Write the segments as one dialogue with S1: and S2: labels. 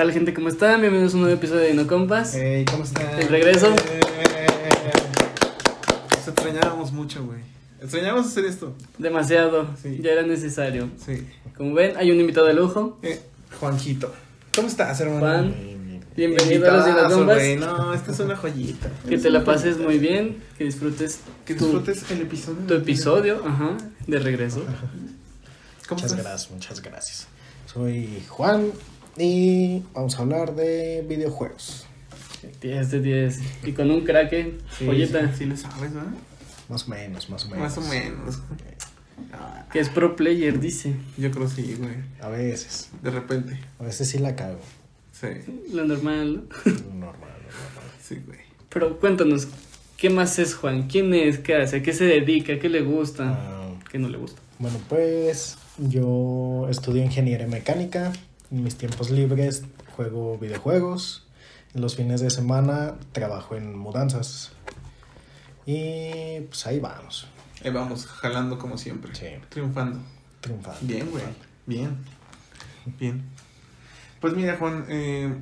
S1: Hola gente, ¿cómo están? Bienvenidos a un nuevo episodio de No Compas.
S2: Hey, ¿cómo están?
S1: El regreso.
S2: Eh, Nos extrañábamos mucho, güey. Extrañábamos hacer esto.
S1: Demasiado,
S2: Sí.
S1: ya era necesario.
S2: Sí.
S1: Como ven, hay un invitado de lujo.
S2: Eh, Juanjito. ¿Cómo estás, hermano?
S1: Juan, bienvenido a los de No
S2: Invitazo,
S1: Compas.
S2: güey. No, esta es una joyita.
S1: Que te la pases muy bien, que disfrutes
S2: Que
S1: tu,
S2: disfrutes el episodio.
S1: tu episodio ajá, de regreso.
S2: ¿Cómo
S3: Muchas
S2: estás?
S3: gracias, muchas gracias. Soy Juan y vamos a hablar de videojuegos,
S1: 10 de 10. Y con un eh, craque,
S2: Sí,
S1: joyita,
S2: Sí, sí lo sabes, ¿verdad?
S3: más o menos, más o menos.
S2: Más o menos. Ah,
S1: que es pro player, dice.
S2: yo creo sí, güey.
S3: A veces,
S2: De repente.
S3: a veces sí la cago.
S2: Sí,
S1: Lo normal. ¿no?
S3: Normal, normal.
S2: sí, güey.
S1: Pero cuéntanos, ¿qué más es Juan? ¿Quién es? ¿Qué hace? ¿A qué se dedica? ¿Qué le gusta?
S3: Ah,
S1: ¿Qué no le gusta?
S3: bueno, pues yo estudio ingeniería mecánica. En mis tiempos libres juego videojuegos. En los fines de semana trabajo en mudanzas. Y pues ahí vamos,
S2: Ahí Eh, vamos, jalando como siempre.
S3: Sí.
S2: Triunfando.
S3: triunfando.
S2: Bien, güey. Bien. Bien. Pues mira, Juan, eh,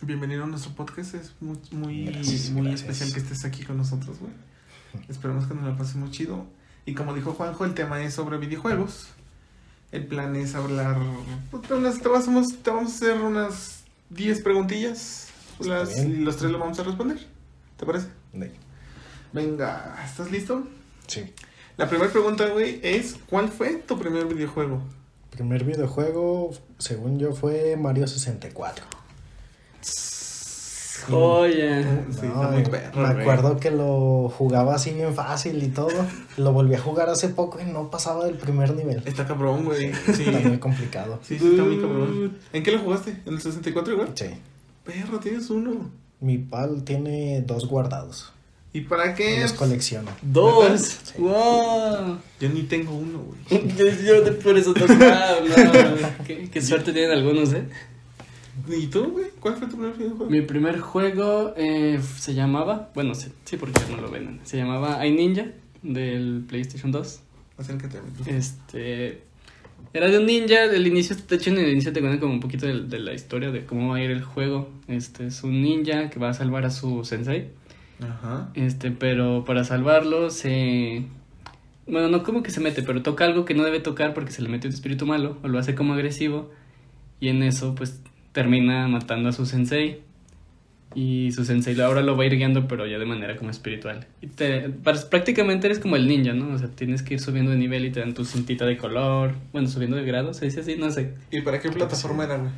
S2: bienvenido a nuestro podcast. Es muy, muy,
S3: Gracias,
S2: muy
S3: gracias.
S2: especial que estés aquí con nosotros, güey. Esperemos que nos la pasemos chido. Y como dijo Juanjo, el tema es sobre videojuegos. El plan es hablar. pues, de unas- te, vas- vamos, te vamos a hacer unas 10 preguntillas.
S3: Está
S2: Las,
S3: bien.
S2: y los tres lo vamos a responder. ¿Te parece?
S3: De-
S2: Venga, ¿estás listo?
S3: Sí.
S2: La primera pregunta, güey, es: ¿Cuál fue tu primer videojuego?
S3: Primer videojuego, según yo, fue Mario 64.
S1: Joya.
S2: Sí,
S3: No,
S2: está muy
S3: eh,
S2: perro,
S3: me
S2: güey.
S3: acuerdo que lo jugaba así bien fácil y todo. Lo volví a jugar hace poco y no pasaba del primer nivel.
S2: Está cabrón, güey. Sí.
S3: Está muy complicado.
S2: Sí, sí, está muy cabrón. ¿En qué lo jugaste? ¿En el 64 igual?
S3: Sí.
S2: Perro, tienes uno.
S3: Mi pal tiene dos guardados.
S2: ¿Y para
S3: y
S2: qué?
S3: Los colecciono.
S1: Dos.
S3: Sí.
S1: Wow.
S2: Yo ni tengo uno, güey.
S1: Yo, yo de- por eso no hablaba. Qué, qué suerte tienen algunos, ¿eh?
S2: ¿Y tú, güey? ¿Cuál fue tu primer videojuego?
S1: Mi primer juego eh, se llamaba, bueno, sí, sí, porque ya no lo venden. Se llamaba iNinja del PlayStation 2.
S2: Acércate, güey.
S1: Este. Era de un ninja, el inicio, de hecho en el inicio te cuentan como un poquito de, de la historia de cómo va a ir el juego. Este es un ninja que va a salvar a su sensei.
S2: Ajá.
S1: Este, pero para salvarlo se... Bueno, no como que se mete, pero toca algo que no debe tocar porque se le mete un espíritu malo o lo hace como agresivo y en eso pues termina matando a su sensei y su sensei ahora lo va a ir guiando pero ya de manera como espiritual. Y te, pr- prácticamente eres como el ninja, ¿no? O sea, tienes que ir subiendo de nivel y te dan tu cintita de color, bueno, subiendo de grado, se dice así, no sé.
S2: ¿Y para qué plataforma era, güey?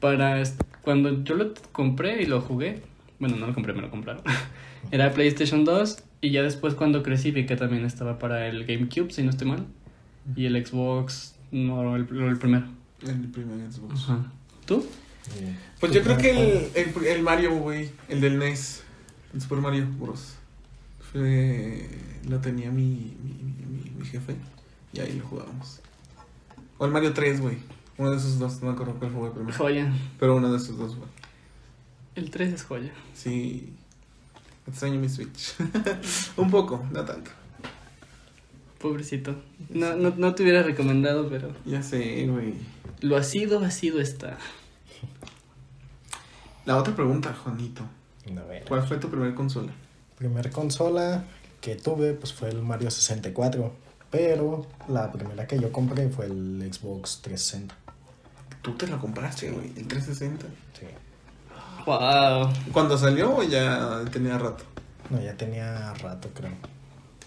S1: Para est- cuando yo lo t- compré y lo jugué, bueno, no lo compré, me lo compraron. Era PlayStation 2 y ya después cuando crecí vi que también estaba para el GameCube, si no estoy mal, y el Xbox, no, el, el primero.
S2: El primer Xbox.
S1: Ajá. ¿Tú?
S3: Y-
S2: Pues yo creo que el, el, el Mario, güey. El del NES. El Super Mario Bros. Fue, lo tenía mi, mi, mi, mi- mi jefe. Y ahí lo jugábamos. O el Mario 3, güey. Uno de esos dos. No me acuerdo cuál fue el primero.
S1: Joya.
S2: Pero uno de esos dos, güey.
S1: El 3 es joya.
S2: Sí. Extraño mi Switch. Un poco, no tanto.
S1: Pobrecito. No, no, no te hubiera recomendado, pero
S2: Ya sé, güey.
S1: lo ha sido, ha sido está.
S2: La otra pregunta, Juanito.
S3: A ver.
S2: ¿Cuál fue tu primera consola?
S3: Primer consola que tuve pues fue el Mario 64. Pero la primera que yo compré fue el Xbox 360.
S2: Tú te la compraste, güey. El 360.
S3: Sí.
S1: Wow.
S2: ¿Cuándo salió o ya tenía rato?
S3: No, ya tenía rato, creo.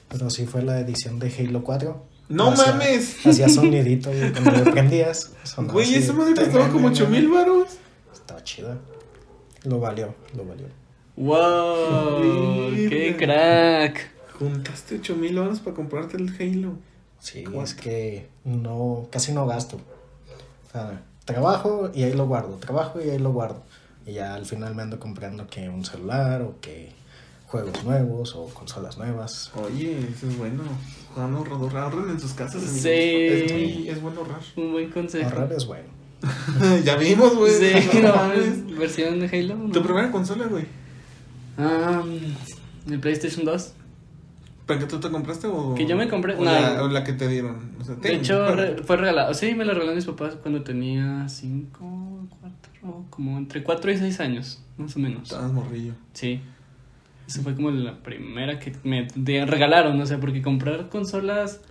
S3: Pero sí fue la edición de Halo 4.
S2: ¡No
S3: Hacía-
S2: mames!
S3: Hacía sonidito y cuando lo prendías. sonaba
S2: Güey,
S3: así,
S2: esa madre costaba
S3: "Tan,
S2: como
S3: nan,
S2: 8
S3: nan".
S2: mil baros.
S3: Estaba chido. Lo valió, lo valió.
S1: Wow. Qué
S2: Mira.
S1: crack.
S2: Juntaste 8 mil baros para comprarte el Halo.
S3: Sí,
S2: ¿Cuánto?
S3: es que no, casi no gasto. O sea, trabajo y ahí lo guardo, trabajo y ahí lo guardo. Y ya al final me ando comprando que un celular o que juegos nuevos o consolas nuevas.
S2: Oye, eso es bueno. Juan ahorrador, ahorren en sus casas. amigos.
S1: Sí.
S2: Es, muy- es bueno ahorrar.
S1: Un buen consejo.
S3: Ahorrar es bueno.
S2: ya vimos, güey.
S1: Sí,
S2: No
S1: no,
S2: mames.
S1: mames, versión de Halo. ¿no?
S2: Pues, Tu primera consola, güey.
S1: Ah, el PlayStation 2.
S2: ¿Para que tú te compraste o.?
S1: Que yo me compré-
S2: O,
S1: no.
S2: la, o la que te dieron. O sea,
S1: De
S2: ten,
S1: hecho,
S2: juega.
S1: re- fue regalado. Sí, me lo regalaron mis papás cuando tenía 5, 4, oh, como entre 4 y 6 años, más o menos.
S2: Estabas morrillo.
S1: Sí. Esa fue como la primera que me de- regalaron, o sea, porque comprar consolas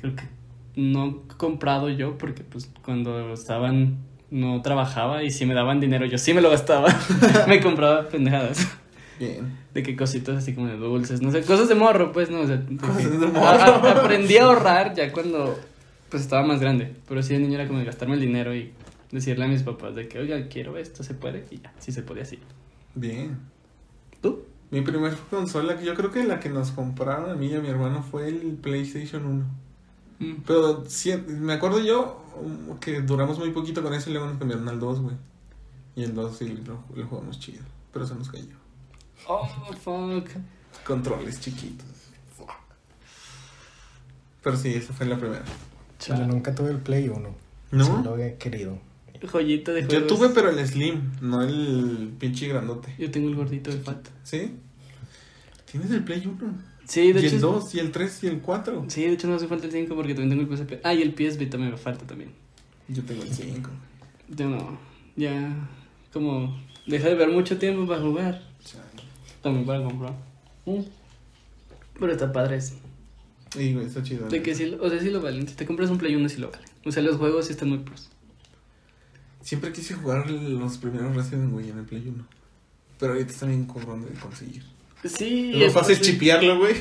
S1: creo que no he comprado yo porque pues cuando estaban no trabajaba y si me daban dinero yo sí me lo gastaba. me compraba pendejadas.
S2: Bien.
S1: De qué cositas así como de dulces, no sé, cosas de morro, pues, no, o sea, de que-
S2: Cosas de morro.
S1: a- a- aprendí a ahorrar ya cuando pues estaba más grande, pero sí de niño era como de gastarme el dinero y decirle a mis papás de que, oiga, quiero esto, ¿se puede? Y ya, sí se podía, así.
S2: Bien.
S1: ¿Tú?
S2: Mi primer consola, que yo creo que la que nos compraron a mí y a mi hermano fue el PlayStation 1.
S1: Mm.
S2: Pero sí, me acuerdo yo um, que duramos muy poquito con eso y luego nos cambiaron al 2, güey. Y el 2 sí lo, lo jugamos chido. Pero se nos cayó.
S1: Oh, fuck.
S2: Controles chiquitos. Pero sí, esa fue la primera.
S3: Yo nunca tuve el Play 1. Sí
S2: ¿No?
S3: lo he querido.
S1: Joyita de
S2: Yo
S1: juegos.
S2: tuve, pero el Slim, no el pinche grandote.
S1: Yo tengo el gordito de Fat.
S2: ¿Sí? ¿Tienes el Play 1?
S1: Sí, de
S2: y
S1: hecho.
S2: el 2, y el 3, y el 4.
S1: Sí, de hecho no hace falta el 5 porque también tengo el PSP. Ah, y el PSP también me falta también.
S2: Yo tengo el 5.
S1: Yo no. Ya. Como. Deja de ver mucho tiempo para jugar. También para comprar. Mm. Pero está padre eso.
S2: Y güey, está chido.
S1: De que sí, lo- o sea, sí lo valen. Si te compras un Play 1, sí lo valen. O sea, los juegos sí están muy pros.
S2: Siempre quise jugar los primeros Resident Evil en el Play 1. Pero ahorita está bien cobrón de conseguir.
S1: Sí.
S2: Lo
S1: es
S2: fácil es
S1: posible.
S2: chipearlo, güey.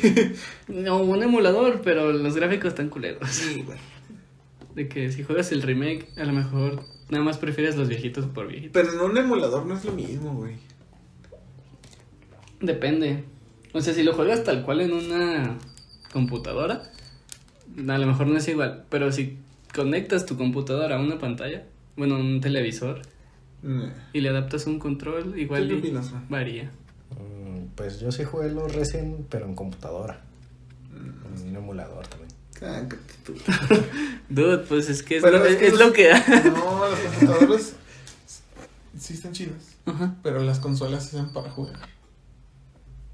S1: No, un emulador, pero los gráficos están culeros.
S2: Sí, güey.
S1: De que si juegas el remake, a lo mejor nada más prefieres los viejitos por viejitos.
S2: Pero en un emulador no es lo mismo, güey.
S1: Depende. O sea, si lo juegas tal cual en una computadora, a lo mejor no es igual. Pero si conectas tu computadora a una pantalla, bueno, a un televisor,
S2: Nah.
S1: y le adaptas un control, igual
S2: ¿Tú qué
S1: y
S2: opinas, Fran?
S1: varía.
S3: Mm, Pues yo sí jugué los recién, pero en computadora.
S1: Mm,
S3: En un emulador también.
S2: Cállate tú.
S1: Dude, pues es que es,
S2: Pero
S1: lo,
S2: es que
S1: es
S2: los-
S1: lo que da.
S2: No, las computadoras sí están chidas.
S1: Ajá.
S2: Pero las consolas se hacen para jugar.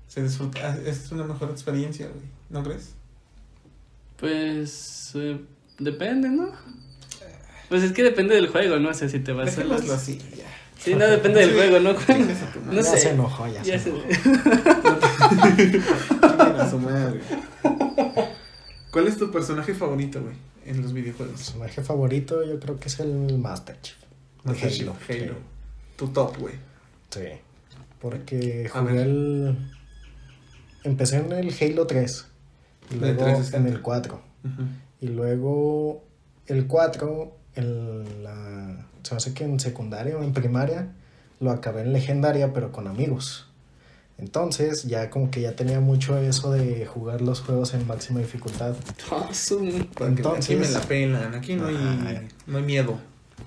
S2: Se disfruta. ah, Es una mejor experiencia, güey. ¿No crees?
S1: Pues eh, depende, ¿no? Pues es que depende del juego, ¿no? O sea, si te vas a...
S2: Déjalos así, ya.
S1: Sí, no, depende del
S2: Sí.
S1: juego, ¿no?
S2: Chingas a tu madre.
S1: No
S3: ya
S1: sé.
S3: se enojó, ya,
S1: Ya
S3: se
S1: se-
S3: enojó.
S2: Chinguen a su madre. ¿Cuál es tu personaje favorito, güey? En los videojuegos.
S3: Su personaje favorito yo creo que es el Master Chief. de
S2: Master Chief, Halo. Tu top, güey.
S3: Sí. sí. Porque
S2: A
S3: jugué
S2: ver.
S3: el... Empecé en el Halo 3. Y
S2: De
S3: luego
S2: 360.
S3: en el 4.
S2: Ujú.
S3: Y luego el 4, el, la, se me hace que en secundaria o en primaria, lo acabé en legendaria, pero con amigos. Entonces, ya como que ya tenía mucho eso de jugar los juegos en máxima dificultad.
S1: Ah, su-
S2: Porque aquí
S3: Entonces-
S2: me la pelan, aquí no hay,
S3: Ay.
S2: no hay miedo. ah,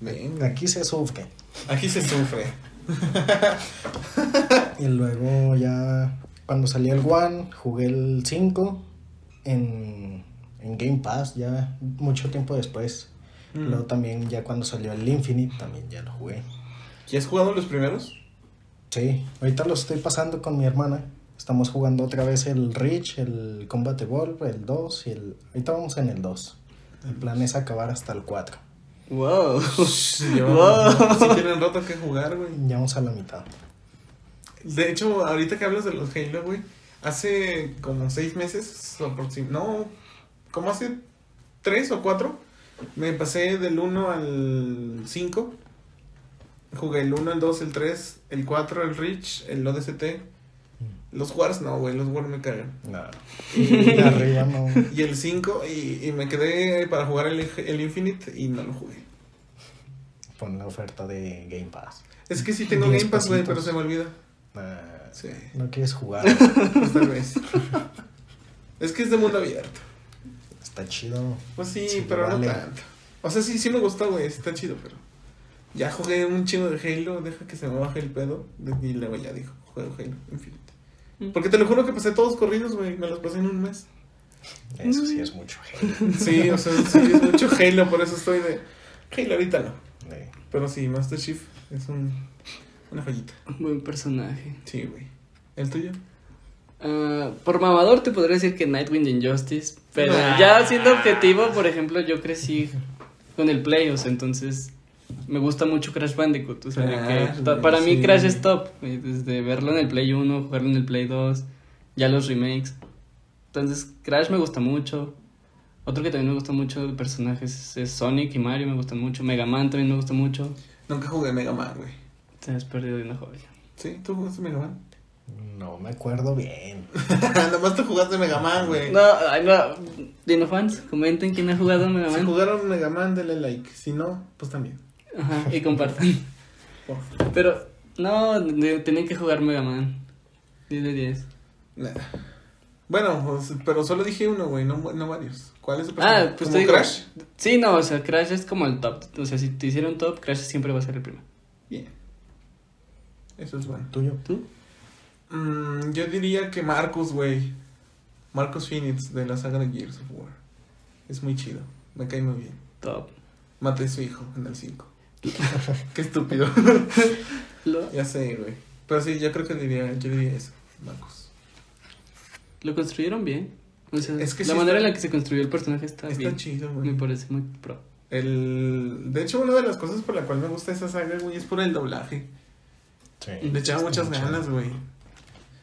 S2: Venga.
S3: Aquí se sufre.
S2: Aquí se sufre.
S3: Y luego ya cuando salí el One, jugué el 5 en, en Game Pass, ya mucho tiempo después.
S2: Mm.
S3: Luego también ya cuando salió el Infinite, también ya lo jugué.
S2: ¿Y has jugado los primeros?
S3: Sí, ahorita lo estoy pasando con mi hermana. Estamos jugando otra vez el Reach, el Combat Evolve, el 2 y el... Ahorita vamos en el 2. El plan es acabar hasta el 4.
S1: Wow.
S2: Si
S1: Wow.
S2: tienen rato que jugar, güey.
S3: Ya vamos a la mitad.
S2: De hecho, ahorita que hablas de los Halo, güey, hace como seis meses, aproxim- no, como hace tres o cuatro, me pasé del 1 al 5. Jugué el 1, el 2, el 3, el 4, el Reach, el ODST. Los Wars no, güey, los Wars me cagan.
S3: No.
S2: Y-
S3: arriba no.
S2: Y el 5 y, y me quedé para jugar el, el Infinite y no lo jugué.
S3: Pon la oferta de Game Pass.
S2: Es que sí tengo
S3: Diez
S2: Game Pass, güey,
S3: pasitos.
S2: pero se me olvida.
S3: Nah,
S2: Sí,
S3: no quieres jugar.
S2: pues tal vez. es que es de mundo abierto.
S3: Está chido.
S2: Pues sí,
S3: Sí,
S2: pero
S3: vale.
S2: no tanto. O sea, sí, sí me gustó, güey, está chido, pero... Ya jugué un chino de Halo, deja que se me baje el pedo. Y luego ya dijo, juego Halo Infinite. Porque te lo juro que pasé todos corridos, güey, me los pasé en un mes.
S3: Eso sí es mucho. Halo.
S2: Sí, o sea, sí, es mucho Halo, por eso estoy de... Halo ahorita no.
S3: Eh,
S2: Pero sí, Master Chief es un, una joyita.
S1: Buen personaje.
S2: Sí, güey. ¿El tuyo?
S1: Ah, por mamador te podría decir que Nightwing de Injustice, pero
S2: Nah.
S1: ya siendo objetivo, por ejemplo, yo crecí con el Play, o sea, entonces me gusta mucho Crash Bandicoot. O sea, de que
S2: Crash,
S1: to-
S2: güey,
S1: para mí
S2: sí.
S1: Crash es top. eh, Desde verlo en el Play 1, jugarlo en el Play 2, ya los remakes. Entonces, Crash me gusta mucho. Otro que también me gusta mucho de personajes es Sonic y Mario, me gustan mucho. Mega Man también me gusta mucho.
S2: Nunca jugué Mega Man, güey.
S1: Te has perdido de una joven.
S2: ¿Sí? ¿Tú jugaste Mega Man?
S3: No me acuerdo bien.
S2: Nada más te jugaste Mega Man, güey.
S1: No, ay, no. Dinofans, comenten quién ha jugado Mega
S2: Si
S1: Man.
S2: jugaron Mega Man, denle like. Si no, pues también.
S1: Ajá, y compartan.
S2: Por
S1: Pero, no, de- tenía que jugar Mega Man. 10 de 10.
S2: Nada. Bueno, pues, pero solo dije uno, güey, no, no varios. ¿Cuál es el
S1: Ah,
S2: personaje?
S1: pues te
S2: ¿Como
S1: digo.
S2: Crash?
S1: Sí, no, o sea, Crash es como el top. O sea, si te hicieron top, Crash siempre va a ser el primero.
S2: Bien. Eso es bueno.
S3: ¿Tuyo?
S1: ¿Tú?
S2: Mm, yo diría que Marcus, güey. Marcus Phoenix de la saga de Gears of War. Es muy chido. Me cae muy bien.
S1: Top.
S2: Maté a su hijo en el 5. Qué estúpido.
S1: Lo,
S2: ya sé, güey. Pero sí, yo creo que diría, yo diría eso, Marcus.
S1: lo construyeron bien. O sea,
S2: Es que
S1: la
S2: sí
S1: manera
S2: está-
S1: en la que se construyó el personaje está,
S2: Está
S1: bien.
S2: chido,
S1: Me
S2: güey.
S1: parece muy pro.
S2: El... De hecho, una de las cosas por la cual me gusta esa saga, güey, es por el doblaje.
S3: Sí.
S2: Le echaba muchas
S3: Está
S2: ganas, güey.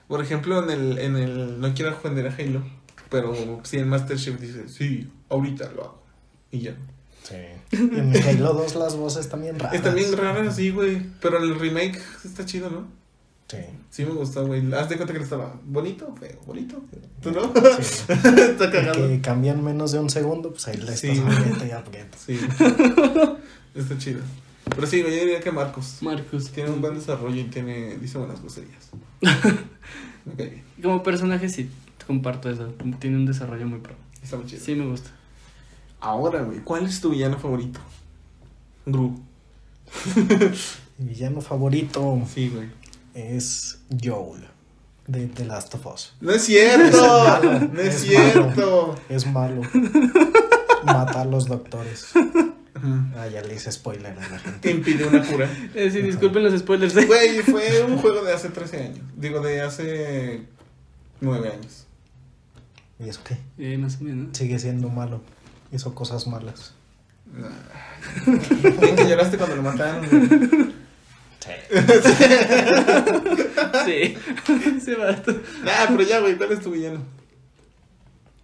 S2: Por ejemplo, en el, en el. No quiero ofender a Halo, pero si en Masterchef dice, sí, ahorita lo hago. Y ya.
S3: Sí. En Halo 2 las voces también raras.
S2: Está bien rara, sí, güey. Pero el remake está chido, ¿no?
S3: Sí.
S2: Sí, me gustó, güey. Haz de cuenta que estaba bonito, feo, bonito. ¿Tú no?
S3: sí.
S2: está cagado.
S3: Que cambian menos de un segundo, pues ahí le estás
S2: Sí.
S3: aprieta y aprieta.
S2: Sí. está chido. Pero sí, güey, yo diría que Marcos.
S1: Marcus.
S2: Tiene un buen desarrollo y tiene, dice buenas groserías. Me cae bien.
S1: Como personaje sí, comparto eso. Tiene un desarrollo muy pro.
S2: Está muy chido.
S1: Sí, me gusta.
S2: Ahora, güey, ¿cuál es tu villano favorito? Gru.
S3: Mi villano favorito
S2: Sí, güey.
S3: es Joel, de The Last of Us.
S2: No es cierto.
S3: Es malo,
S2: no es,
S3: es
S2: cierto.
S3: Es malo. Mata a los doctores. Ah, ya le hice spoiler a la gente.
S2: Te impide una cura.
S1: Eh, sí, disculpen los spoilers. ¿eh?
S2: Güey, fue un juego de hace 13 años. Digo, de hace 9 años.
S3: ¿Y eso qué?
S1: Eh, más o menos.
S3: Sigue siendo malo. Hizo cosas malas.
S2: Nah. Bien que lloraste cuando lo mataron. güey.
S1: Sí. Se va.
S2: Nah, pero ya, güey, ¿cuál es tu villano?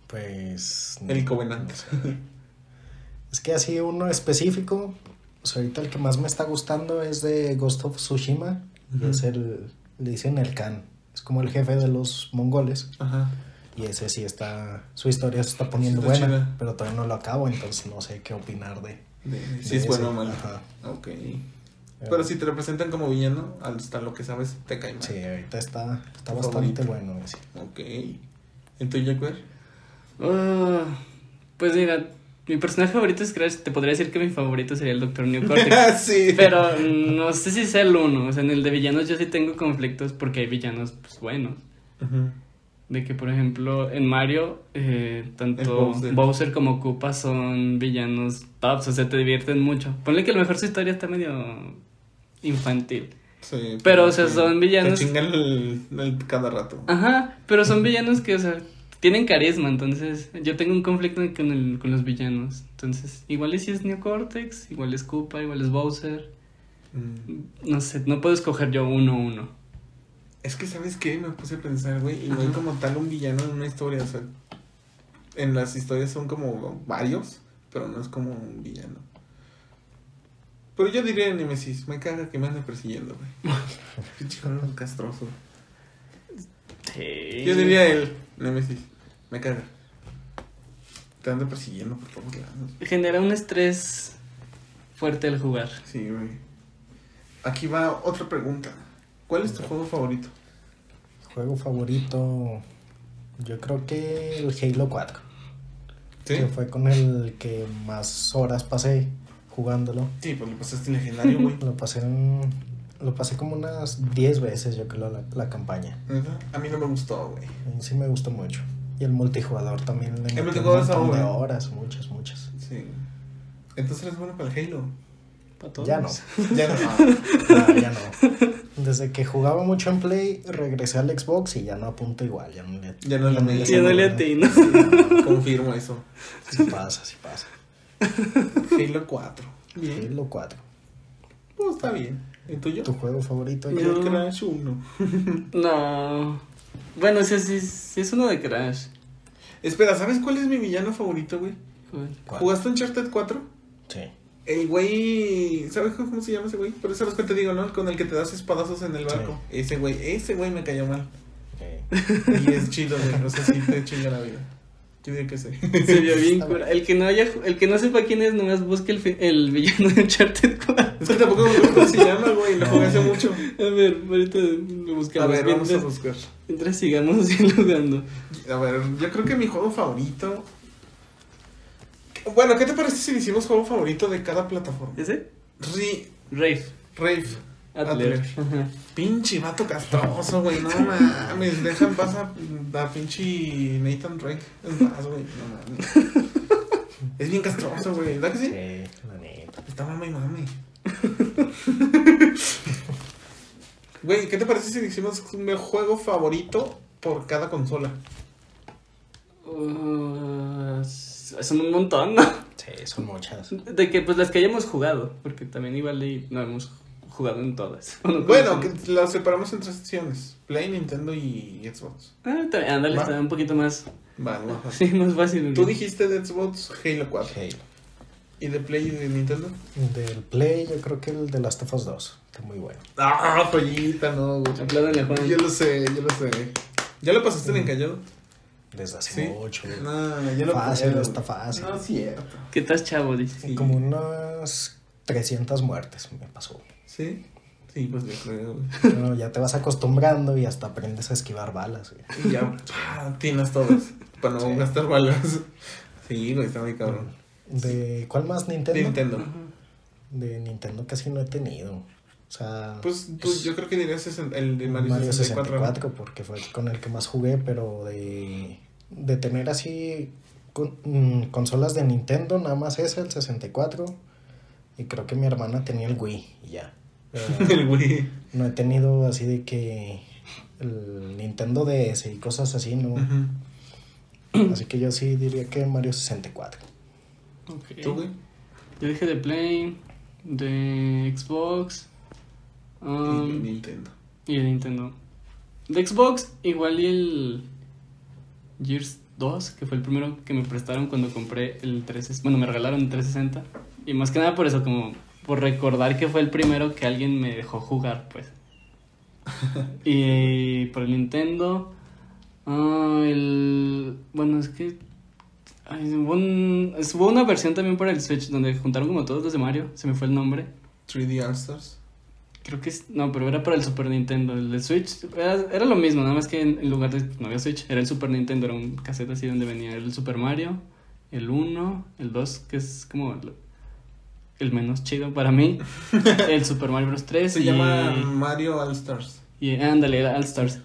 S3: Pues.
S2: El Covenant.
S3: no sé. Es que así uno específico. Pues ahorita el que más me está gustando es de Ghost of Tsushima. Y
S2: Ujú.
S3: es el. Le dicen el Khan. Es como el jefe de los mongoles.
S2: Ajá.
S3: Y ese sí está. Su historia se está poniendo
S2: Está
S3: buena.
S2: chida.
S3: Pero todavía no lo acabo, entonces no sé qué opinar de.
S2: De-
S3: de
S2: si es bueno o
S3: ese.
S2: malo.
S3: Ajá.
S2: Ok. Pero si te lo presentan como villano, hasta lo que sabes, te cae mal.
S3: Sí, ahorita está, está
S2: Tu
S3: bastante
S2: favorito.
S3: bueno. ese.
S2: Ok. ¿En tu Jaguar?
S1: Ah, pues mira, mi personaje favorito es Crash. Te podría decir que mi favorito sería el Dr. New Cortex.
S2: sí.
S1: pero mm, no sé si sea el uno. O sea, en el de villanos yo sí tengo conflictos porque hay villanos pues, buenos.
S2: Ujú.
S1: De que, por ejemplo, en Mario, eh, tanto
S2: El Bowser.
S1: Bowser. como Koopa son villanos tops. O sea, te divierten mucho. Ponle que a lo mejor su historia está medio infantil.
S2: Sí,
S1: Pero, o sea,
S2: sí,
S1: son villanos. Ah.
S2: Te chingan el, el- cada rato.
S1: Ajá, pero son villanos que, o sea, tienen carisma, entonces yo tengo un conflicto con, el, con los villanos. Entonces, igual y si es Neocortex, igual es Koopa, igual es Bowser.
S2: Mm.
S1: No sé, no puedo escoger yo uno uno.
S2: Es que, ¿sabes qué? Me puse a pensar, güey. Y no hay
S1: Ajá.
S2: como tal un villano en una historia. O sea, en las historias son como varios, pero no es como un villano. Pero yo diría Nemesis. Me caga que me ande persiguiendo, güey. Pinche cabrón castroso.
S1: Sí.
S2: Yo diría él, Nemesis. Me caga. Te anda persiguiendo por todos lados.
S1: Genera un estrés fuerte al jugar.
S2: Sí, güey. Aquí va otra pregunta. ¿Cuál es tu juego favorito?
S3: Juego favorito. Yo creo que el Halo 4. Que fue con el que más horas pasé jugándolo.
S2: Sí, pues lo pasaste legendario, güey.
S3: Lo pasé en- Lo pasé como unas 10 veces, yo creo, la, la campaña.
S2: ¿Neta? A mí no me gustó, güey.
S3: A mí sí me gustó mucho. Y el multijugador también le metí un
S2: multijugador está
S3: montón de
S2: bueno.
S3: horas, muchas, muchas.
S2: Sí. Entonces eres bueno para el Halo.
S1: Para todos.
S3: Ya no.
S2: Ya no.
S3: No, ya no. Desde que jugaba mucho en Play, regresé al Xbox y ya no apunto igual. Ya no le,
S2: Ya no es lo mismo.
S1: Ya no le
S3: no.
S1: atino.
S2: Confirmo eso.
S3: Sí pasa, sí pasa.
S2: Halo 4.
S3: Halo 4.
S2: Pues está bien. ¿Y tuyo?
S3: ¿Tu juego favorito?
S1: Yo-
S2: Yo Crash 1.
S1: No. Bueno, sí, sí, sí es uno de Crash.
S2: Espera, ¿sabes cuál es mi villano favorito, güey?
S1: Joder.
S3: ¿Cuál?
S2: ¿Jugaste Uncharted 4?
S3: Sí.
S2: El güey, ¿sabes cómo cómo se llama ese güey? Pero ese es que te digo, ¿no? Con el que te das espadazos en el barco. Ese güey, ese güey me cayó mal.
S3: ok.
S2: Y es chido, güey. O sea, sí te chinga la vida. Yo diría que sí.
S1: Se vio bien
S3: Está bien.
S1: cura. El que no haya, el que no sepa quién es, nomás busque el, fi- el villano de Uncharted 4.
S2: Es que tampoco me acuerdo cómo se llama, güey. Lo jugué hace mucho.
S1: A ver, ahorita lo buscamos.
S2: A ver, vamos a
S1: mientras,
S2: buscar.
S1: mientras sigamos dialogando.
S2: A ver, yo creo que mi juego favorito. Bueno, ¿qué te parece si le hicimos juego favorito de cada plataforma?
S1: ¿Ese?
S2: Sí,
S1: Rafe.
S2: Rave. Ah,
S1: Adler.
S2: Adler.
S1: Ajá.
S2: Pinche vato castroso, güey. No mames, dejan pasar a, a pinche Nathan Drake. Es más, güey. No mames. Es bien castroso, güey. ¿Verdad que sí?
S3: Sí, la neta.
S2: Está mami y mami. Güey, ¿qué te parece si hicimos un juego favorito por cada consola?
S1: Uh, son un montón, ¿no?
S3: Sí, son muchas.
S1: De que pues las que hayamos jugado, porque también igual y no hemos jugado en todas. O no
S2: Bueno, que
S1: conocemos.
S2: las separamos en tres secciones: Play, Nintendo y Xbox.
S1: Ah, está bien, ándale,
S2: Va.
S1: está un poquito más,
S2: Va, no,
S1: sí, más fácil.
S2: Tú dijiste de Xbox Halo 4.
S3: Halo.
S2: ¿Y de Play y de Nintendo?
S3: Del Play, yo creo que el de Last of Us 2. Está muy bueno.
S2: Ah, joyita, no, güey.
S1: Apláudale, Juan.
S2: Yo lo sé, yo lo sé. ¿Ya lo pasaste en
S3: Mm.
S2: encallado?
S3: Desde hace
S2: Sí.
S3: mucho.
S2: No, ya lo
S3: Fácil,
S2: puedo,
S3: está
S2: güey.
S3: fácil.
S2: No es cierto.
S1: ¿Qué estás chavo? Dices.
S2: Sí.
S3: Como unas 300 muertes me pasó.
S2: ¿Sí? Sí, pues yo creo, güey.
S3: Pero ya te vas acostumbrando y hasta aprendes a esquivar balas. güey.
S2: Y ya, pa, tinas todas. Para no
S3: Sí.
S2: gastar balas. Sí, güey, está muy cabrón.
S3: ¿De cuál más Nintendo?
S2: De Nintendo.
S3: De Nintendo casi no he tenido. O sea,
S2: Pues tú, yo creo que dirías sesen- el de Mario,
S3: Mario
S2: 64.
S3: 64, porque fue con el que más jugué, pero de, de tener así con- mm, consolas de Nintendo, nada más ese, el 64. Y creo que mi hermana tenía el Wii y ya. Eh,
S2: El güey.
S3: no he tenido así de que el Nintendo DS y cosas así, ¿no?
S2: Ujú.
S3: Así que yo sí diría que Mario 64.
S1: Ok.
S2: ¿Tú, güey?
S1: Yo dije de Play, de Xbox
S2: Y de
S1: um,
S2: Nintendo.
S1: y de Nintendo. De Xbox, igual y el Gears 2, que fue el primero que me prestaron cuando compré el 360. Bueno, me regalaron el 360. Y más que nada por eso, como por recordar que fue el primero que alguien me dejó jugar, pues. y por el Nintendo. ah, el. Bueno, es que. ay, hubo, un- hubo una versión también para el Switch donde juntaron como todos los de Mario. Se me fue el nombre.
S2: 3D All-Stars.
S1: Creo que es, no, pero era para el Super Nintendo. El de Switch era, era lo mismo, nada más que en, en lugar de. No había Switch, era el Super Nintendo, era un cassette así donde venía el Super Mario, el 1, el 2, que es como el, el menos chido para mí, el Super Mario Bros. 3.
S2: Se
S1: y,
S2: llama Mario All-Stars.
S1: Y ándale, era All Stars.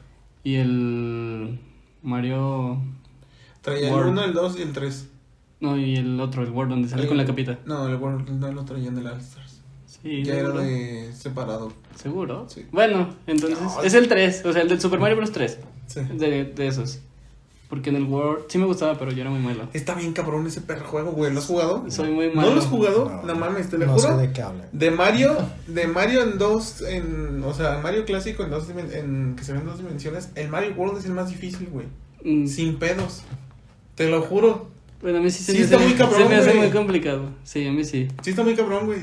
S1: Y el. Mario.
S2: Traía
S1: World.
S2: el 1, el 2 y el 3.
S1: No, y el otro, el World, donde sale con
S2: Eh,
S1: la capita.
S2: No, el World no lo traía en el All-Stars.
S1: Sí,
S2: Ya era
S1: seguro.
S2: de separado.
S1: ¿Seguro?
S2: Sí.
S1: Bueno, entonces.
S2: No,
S1: es
S2: sí.
S1: el 3, o sea, el del Super Mario Bros. 3.
S2: Sí.
S1: De, de esos. Porque en el World sí me gustaba, pero yo era muy malo.
S2: Está bien cabrón ese perro juego, güey. ¿Lo has jugado?
S1: Soy muy malo.
S2: ¿No lo has jugado?
S3: No,
S2: No, mames, te lo
S3: no
S2: juro.
S3: sé de qué hablan.
S2: De Mario, de Mario en dos, en, o sea, Mario clásico en dos dimen- en, que se ve en dos dimensiones, el Mario World es el más difícil, güey.
S1: Mm,
S2: Sin pedos. Te lo juro.
S1: Bueno, a mí sí se
S2: Sí,
S1: me,
S2: está
S1: hace,
S2: muy cabrón,
S1: se me hace
S2: güey.
S1: muy complicado. Sí, a mí sí.
S2: Sí está muy cabrón, güey.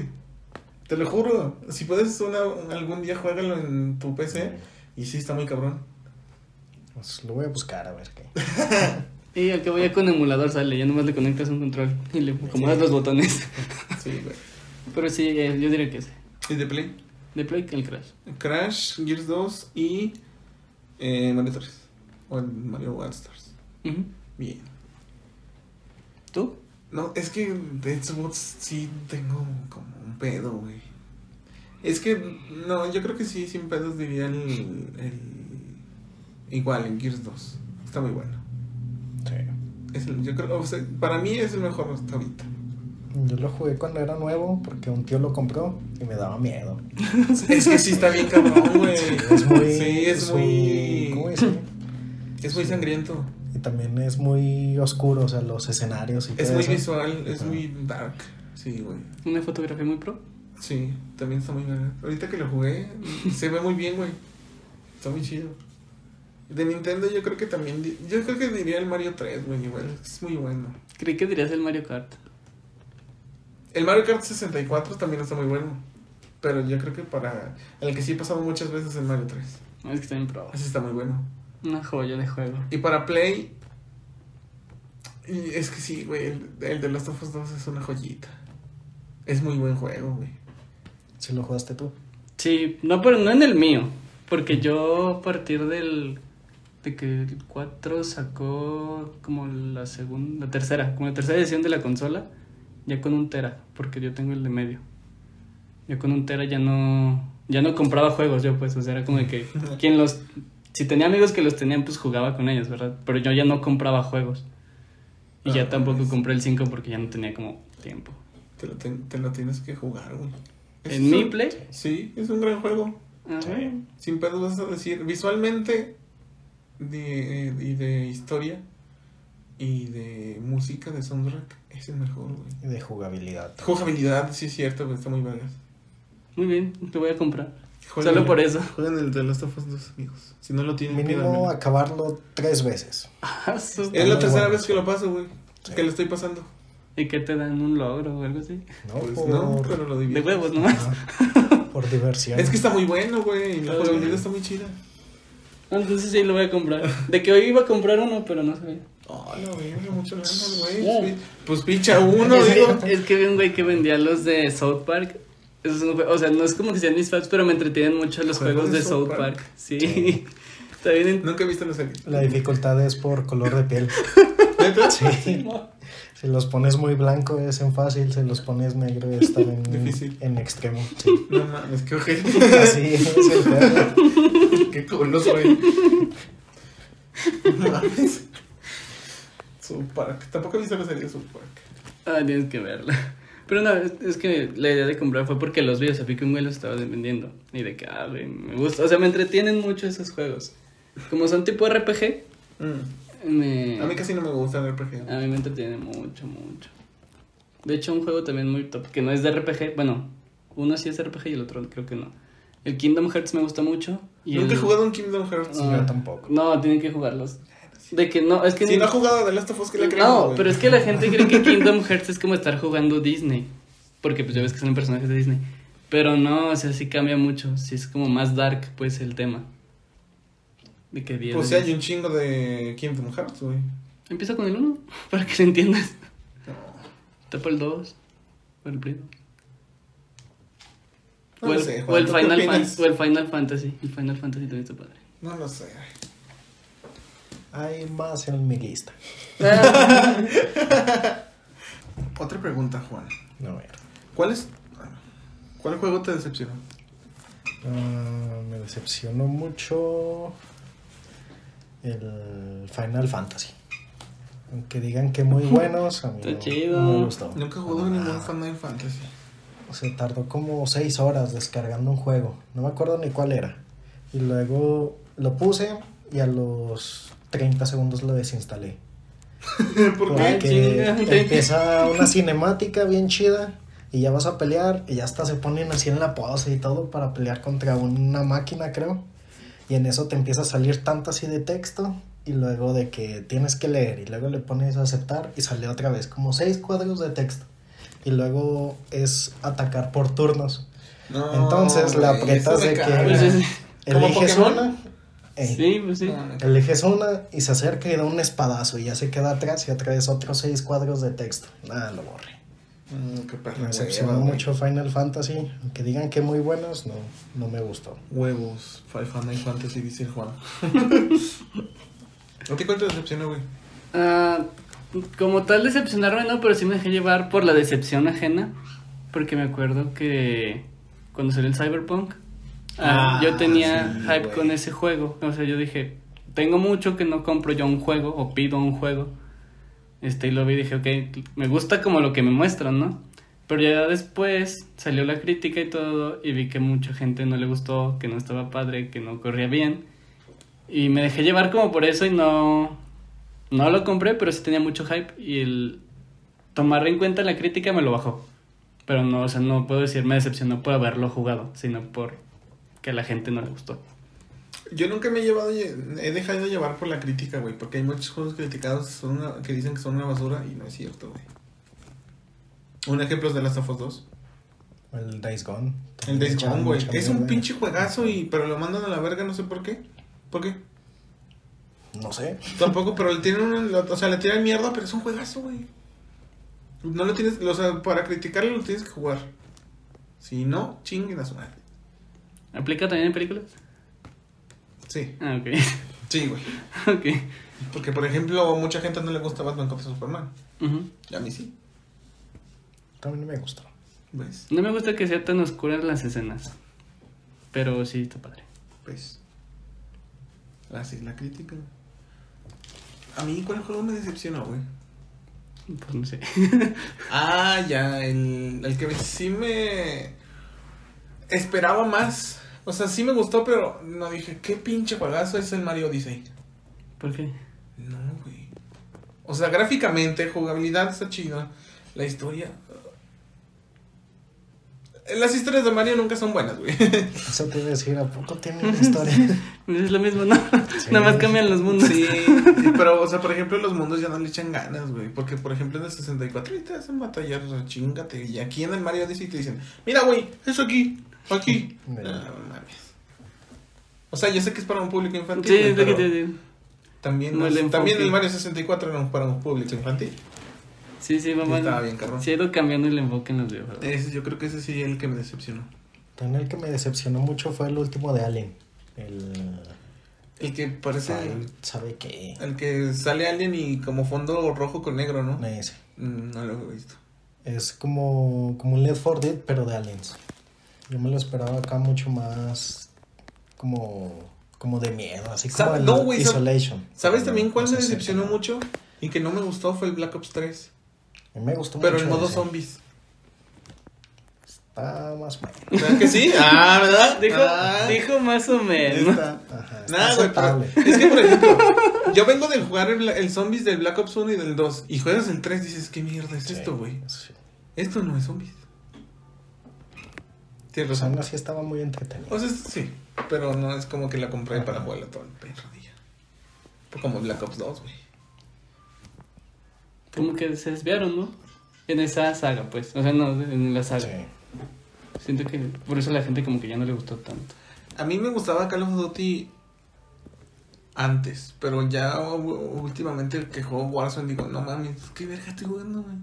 S2: Te lo juro. Si puedes una- algún día juégalo en tu PC. Y sí está muy cabrón.
S3: Pues lo voy a buscar a ver qué.
S1: Y al cabo ya con emulador sale, ya nomás le conectas un control y le acomodas los botones.
S2: Sí, güey.
S1: Pero sí, eh, yo diría que ese.
S2: ¿Y de Play?
S1: De Play, el Crash.
S2: Crash, Gears 2 y eh, Mario 3. O el Mario All Stars.
S1: Ujú.
S2: Bien.
S1: ¿Tú?
S2: No, es que de Xbox sí tengo como un pedo, güey. Es que, no, yo creo que sí, sin pedos diría el. el- igual, en Gears 2. Está muy bueno.
S3: Sí.
S2: Es el- yo creo, o sea, para mí es el mejor hasta ahorita.
S3: Yo lo jugué cuando era nuevo porque un tío lo compró y me daba miedo.
S2: Es que sí está bien cabrón, güey.
S3: Es muy.
S2: sí, es
S3: ¿cómo
S2: muy.
S3: decirlo?
S2: Es muy sangriento.
S3: Y también es muy oscuro, o sea, los escenarios y
S2: Es
S3: todo
S2: muy
S3: eso.
S2: visual, es
S3: Ajá.
S2: muy dark. Sí, güey.
S1: Una fotografía muy pro.
S2: Sí, también está muy verga. Ahorita que lo jugué, se ve muy bien, güey. Está muy chido. De Nintendo yo creo que también, di- yo creo que diría el Mario 3, güey, igual, es muy bueno.
S1: Creí que dirías el Mario Kart.
S2: El Mario Kart 64 también está muy bueno, pero yo creo que para el que sí he pasado muchas veces el Mario 3.
S1: No, es que está bien pro.
S2: Ese está muy bueno.
S1: Una joya de juego.
S2: Y para Play, y es que sí, güey, el, el de Last of Us 2 es una joyita. Es muy buen juego, güey.
S3: Si lo jugaste tú.
S1: Sí, no, pero no en el mío. Porque yo a partir del. de que el 4 sacó como la segunda. La tercera, como la tercera edición de la consola. Ya con un tera, porque yo tengo el de medio. Yo con un tera ya no. Ya no compraba juegos yo, pues. O sea, era como de que. Quien los. Si tenía amigos que los tenían, pues jugaba con ellos, ¿verdad? Pero yo ya no compraba juegos. Y
S2: Ah,
S1: ya tampoco
S2: es-
S1: compré el 5 porque ya no tenía como tiempo.
S2: Te lo, ten- te lo tienes que jugar, güey. Es
S1: ¿En mi
S2: un-
S1: play?
S2: Sí, es un gran juego.
S1: A ver.
S2: Sin pedos vas a decir visualmente de- y de, historia y de música, de soundtrack, es el mejor, güey.
S3: Y de jugabilidad.
S2: Jugabilidad, sí es cierto, pero está muy vagas.
S1: Muy bien, te voy a comprar. Solo por eso.
S2: Juegan el The Last of Us 2, amigos. Si no lo tienen,
S3: Mínimo
S2: pídanmelo.
S3: acabarlo tres veces.
S2: Es la
S3: Muy
S2: tercera
S3: bueno.
S2: vez que lo paso, güey.
S3: Sí.
S2: Que lo estoy pasando.
S1: ¿Y qué te dan un logro o algo así?
S3: No,
S2: Pues
S3: por,
S2: no, pero lo
S1: De
S2: divierto.
S1: huevos nomás.
S3: Ajá, por diversión.
S2: Es que está muy bueno, güey. La
S1: Claro,
S2: jugabilidad
S1: güey.
S2: está muy chida.
S1: Entonces sí lo voy a comprar. De que hoy iba a comprar uno, pero no sabía.
S3: Ah,
S2: Oh, la verga, mucho lana, güey.
S1: Oh.
S2: Pi- Pues picha uno,
S1: es,
S2: digo.
S1: que, es que vi un güey que vendía los de South Park. Esos no fue- o sea, no es como que sean mis fans, pero me entretienen mucho los
S2: Juegos
S1: juegos
S2: de
S1: de
S2: South
S1: South
S2: Park.
S1: Park. Sí. Está bien. en-
S2: Nunca he visto la serie.
S3: La dificultad es por color de piel.
S2: ¿Neta?
S3: Sí. Si los pones muy blanco es en fácil, si los pones negro es también
S2: Difícil.
S3: en extremo. Sí.
S2: No mames, qué ojete.
S3: Así es el juego.
S2: Qué culos, güey. No mames. South Park. Tampoco he visto la serie de South Park.
S1: Ah, tienes que verla. Pero no, es, es que la idea de comprar fue porque los vi, o sea, vi que un güey los estaba vendiendo. Y de que, ah, güey, me gusta. O sea, me entretienen mucho esos juegos. Como son tipo RPG,
S2: Mm.
S1: me...
S2: A mí casi no me gusta el RPG.
S1: A mí me entretiene mucho, mucho. De hecho, un juego también muy top, que no es de RPG. Bueno, uno sí es RPG y el otro creo que no. El Kingdom Hearts me gusta mucho. Y
S2: Nunca
S1: el- Ah,
S2: he jugado un Kingdom Hearts.
S3: Sí, yo tampoco.
S1: No, tienen que jugarlos. De que no, es que...
S2: Si
S1: ni-
S2: no ha jugado a The Last of Us, ¿qué le crees?
S1: no, pero es que la gente cree que Kingdom Hearts es como estar jugando Disney. Porque pues ya ves que son personajes de Disney. Pero no, o sea, sí cambia mucho. Sí es como más dark, pues, el tema. De que 10
S2: Pues sí
S1: de
S2: hay
S1: 10.
S2: un chingo de Kingdom Hearts, güey.
S1: Empieza con el 1, para que se entiendas.
S2: No.
S1: Tapa el 2, o el Play 2.
S2: No
S1: o
S2: lo
S1: el,
S2: sé,
S1: o
S2: Juan,
S1: el
S2: ¿tú qué
S1: Final Fan-
S2: opinas?
S1: o el Final Fantasy. El Final Fantasy también está padre.
S2: No lo sé.
S3: Hay más en mi lista.
S2: Otra pregunta, Juan.
S3: No, a ver.
S2: ¿Cuál es. ¿Cuál juego te decepcionó?
S3: Ah, me decepcionó mucho el Final Fantasy. Aunque digan que muy buenos, a mí
S1: Está
S3: no,
S1: chido.
S3: no me gustó.
S2: Nunca he jugado
S3: Para
S1: Ah.
S2: ningún
S3: nada.
S2: Final Fantasy.
S3: O sea, tardó como seis horas descargando un juego. No me acuerdo ni cuál era. Y luego lo puse y a los 30 segundos lo desinstalé.
S2: ¿Por
S1: qué?
S3: Porque
S1: Chingate.
S3: empieza una cinemática bien chida y ya vas a pelear y ya hasta se ponen así en la pose y todo para pelear contra una máquina, creo. Y en eso te empieza a salir tanto así de texto y luego de que tienes que leer y luego le pones a aceptar y sale otra vez como seis cuadros de texto. Y luego es atacar por turnos.
S2: No,
S3: Entonces, la
S2: güey, eso
S3: aprietas
S2: me
S3: de que-
S2: caga.
S1: Pues, es-
S2: ¿Como
S3: Eliges
S2: Pokémon?
S3: una. Ey.
S1: sí, pues sí.
S2: No, me caga.
S3: Eliges una y se acerca y da un espadazo y ya se queda atrás y otra vez otros seis cuadros de texto. Nada, lo borré.
S2: Mm, qué perra
S3: Me
S2: hueva,
S3: decepcionó
S2: güey.
S3: mucho Final Fantasy. Aunque digan que muy buenos, no, no me gustó.
S2: Huevos, Five Final Fantasy, dice el Juan. ¿A ti cuál te decepciona, güey?
S1: Ah, como tal decepcionarme no, pero sí me dejé llevar por la decepción ajena, porque me acuerdo que cuando salió el Cyberpunk, ah,
S2: Ah,
S1: yo tenía
S2: sí,
S1: hype
S2: güey.
S1: con ese juego, o sea, yo dije, tengo mucho que no compro yo un juego o pido un juego, este, y lo vi y dije, ok, me gusta como lo que me muestran, ¿no? Pero ya después salió la crítica y todo, y vi que mucha gente no le gustó, que no estaba padre, que no corría bien. Y me dejé llevar como por eso y no, no lo compré, pero sí tenía mucho hype y el tomar en cuenta la crítica me lo bajó. Pero no, o sea, no puedo decir me decepcionó por haberlo jugado, sino por que a la gente no le gustó.
S2: Yo nunca me he llevado, he dejado de llevar por la crítica, güey, porque hay muchos juegos criticados que son una- que dicen que son una basura y no es cierto, güey. Un ejemplo es The Last of Us 2.
S3: El Days Gone.
S2: El Days
S3: Mucha-
S2: Gone, güey.
S3: mucha
S2: Es un
S3: mierda.
S2: pinche juegazo y pero lo mandan a la verga, no sé por qué. ¿Por qué?
S3: No sé.
S2: Tampoco, pero le tienen una, o sea, le tiran mierda, pero es un juegazo, güey. No lo tienes, o sea, para criticarlo lo tienes que jugar. Si no, chinguen a su madre.
S1: ¿Aplica también en películas?
S2: Sí,
S1: Ah, ok.
S2: sí, güey.
S1: ok.
S2: Porque, por ejemplo, a mucha gente no le gusta Batman contra Superman.
S1: Ujú.
S2: Y A mí sí,
S3: También me gustó.
S2: ¿ves?
S1: No me gusta que sea tan oscuras las escenas. Pero sí, está padre.
S2: Pues. Así es la crítica. A mí, ¿cuál juego me decepcionó, güey?
S1: Pues no sé.
S2: Ah, ya, el, el que sí me esperaba más. O sea, sí me gustó, pero no dije, qué pinche juegazo es el Mario Odyssey.
S1: ¿Por qué?
S2: No, güey. O sea, gráficamente, jugabilidad está chida. La historia. eh, Las historias de Mario nunca son buenas, güey.
S3: Eso te iba a decir, ¿a poco tiene una historia?
S1: Pues Es lo mismo, ¿no? Nada más cambian los mundos.
S2: Sí, pero, o sea, por ejemplo, los mundos ya no le echan ganas, güey. Porque, por ejemplo, en el 64 y te hacen batallar, o sea, chingate. Y aquí en el Mario Odyssey te dicen, mira, güey, eso aquí, aquí.
S3: Mm.
S2: Ah, no mames. O sea, yo sé que es para un público infantil.
S1: Sí,
S2: güey,
S1: es lo que
S2: pero
S1: te digo.
S2: también,
S1: No
S2: no
S1: el
S2: es-
S1: enfoque.
S2: también el Mario 64 era un- para un público infantil.
S1: Sí, sí,
S2: Y
S1: mamá.
S2: estaba bien, cabrón.
S1: Sí, ha ido cambiando el enfoque en los videojuegos.
S2: Ese, yo creo que ese sí es el que me decepcionó.
S3: También el que me decepcionó mucho fue el último de Alien. El.
S2: El que parece.
S3: Ay, ¿Sabe qué?
S2: El que sale alguien y como fondo rojo con negro, ¿no?
S3: No, ese.
S2: Mm, No lo he visto.
S3: Es como, como un Left 4 Dead, pero de aliens. Yo me lo esperaba acá mucho más como, como de miedo, así como
S2: Sa-
S3: el
S2: no, güey, sa-
S3: Isolation.
S2: ¿Sabes también cuál
S3: No
S2: me
S3: sé si-
S2: decepcionó mucho? Y que no me gustó fue el Black Ops 3.
S3: A mí Me gustó
S2: Pero
S3: mucho
S2: en modo
S3: ese.
S2: zombies.
S3: Está más o menos.
S2: ¿Verdad que sí? Ah, ¿verdad?
S1: Dijo,
S2: Ah,
S1: dijo más o
S2: ahí
S1: menos.
S2: está.
S3: Ajá, está
S2: Nada, güey, pero-
S3: aceptable.
S2: Es que, por ejemplo, yo vengo de jugar el, Bla- el zombies del Black Ops 1 y del 2. Y juegas el 3 dices, ¿qué mierda es
S3: Sí,
S2: esto, güey?
S3: eso sí.
S2: Esto no es zombies. Tienes
S3: Pues
S2: razón.
S3: aún así estaba muy entretenido.
S2: O sea, sí, pero no es como que la compré para jugarla todo el perro día. Fue Como Black Ops 2, güey.
S1: Como que se desviaron, ¿no? En esa saga, pues. O sea, no, en la saga.
S3: Sí.
S1: Siento que por eso a la gente como que ya no le gustó tanto.
S2: A mí me gustaba Call of Duty antes, pero ya u- últimamente que juego Warzone digo, no mames, qué verga estoy jugando, güey.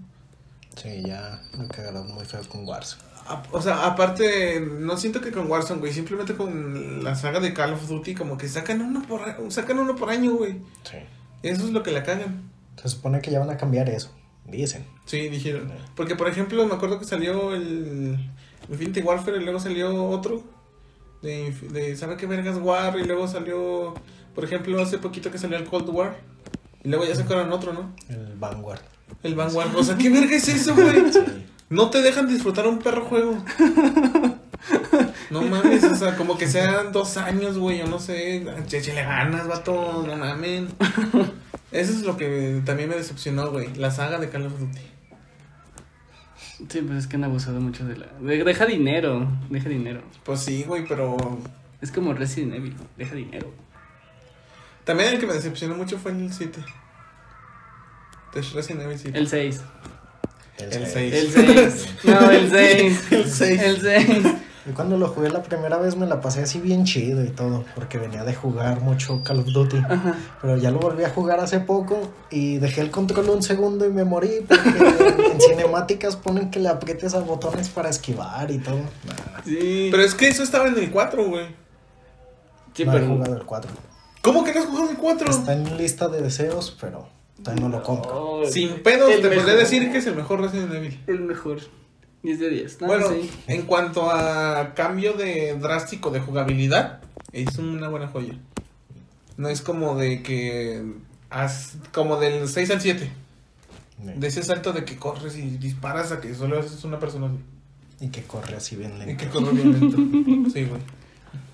S3: Sí, ya me cagaron muy feo con Warzone.
S2: A- O sea, aparte, no siento que con Warzone, güey, simplemente con la saga de Call of Duty, como que sacan uno por, a- sacan uno por año, güey.
S3: Sí.
S2: Eso es lo que la cagan.
S3: Se supone que ya van a cambiar eso, dicen.
S2: Sí, dijeron. Porque, por ejemplo, me acuerdo que salió el Infinity Warfare y luego salió otro. De, inf- de ¿sabe qué vergas War? Y luego salió, por ejemplo, hace poquito que salió el Cold War. Y luego ya sacaron otro, ¿no?
S3: El Vanguard.
S2: El Vanguard. O sea, ¿qué verga es eso, güey?
S3: Sí.
S2: No te dejan disfrutar un perro juego. No mames, o sea, como que sean dos años, güey, yo no sé. le ganas, vato, no mamen. Eso es lo que también me decepcionó, güey. La saga de Call of Duty.
S1: Sí, pues es que han abusado mucho de la... de- deja dinero, deja dinero.
S2: Pues sí, güey, pero.
S1: Es como Resident Evil, deja dinero.
S2: También el que me decepcionó mucho fue el 7. De Resident Evil 7.
S1: El 6.
S2: El
S3: seis.
S2: seis.
S1: El 6. No, el 6.
S2: El seis.
S1: El 6.
S3: Y cuando lo jugué la primera vez me la pasé así bien chido y todo, porque venía de jugar mucho Call of Duty.
S1: Ah.
S3: Pero ya lo volví a jugar hace poco y dejé el control un segundo y me morí, porque en cinemáticas ponen que le aprietes a botones para esquivar y todo. Nah,
S1: Sí.
S2: Pero es que eso estaba en el 4, güey.
S1: sí,
S3: no he
S1: pero...
S3: jugado el 4.
S2: ¿Cómo que no has jugado el 4?
S3: Está en mi lista de deseos, pero todavía no lo compro.
S1: Oh,
S2: Sin pedos,
S1: el
S2: te podría
S1: mejor.
S2: decir que es el mejor Resident Evil.
S1: El mejor. 10 de 10. No,
S2: bueno,
S1: Ah, sí.
S2: en cuanto a cambio de drástico de jugabilidad, es una buena joya. No es como de que. haz- como del 6 al 7. De ese salto de que corres y disparas a que solo haces una persona. así.
S3: Y que corre así bien
S2: Y
S3: lento.
S2: que corre bien lento. Sí, güey.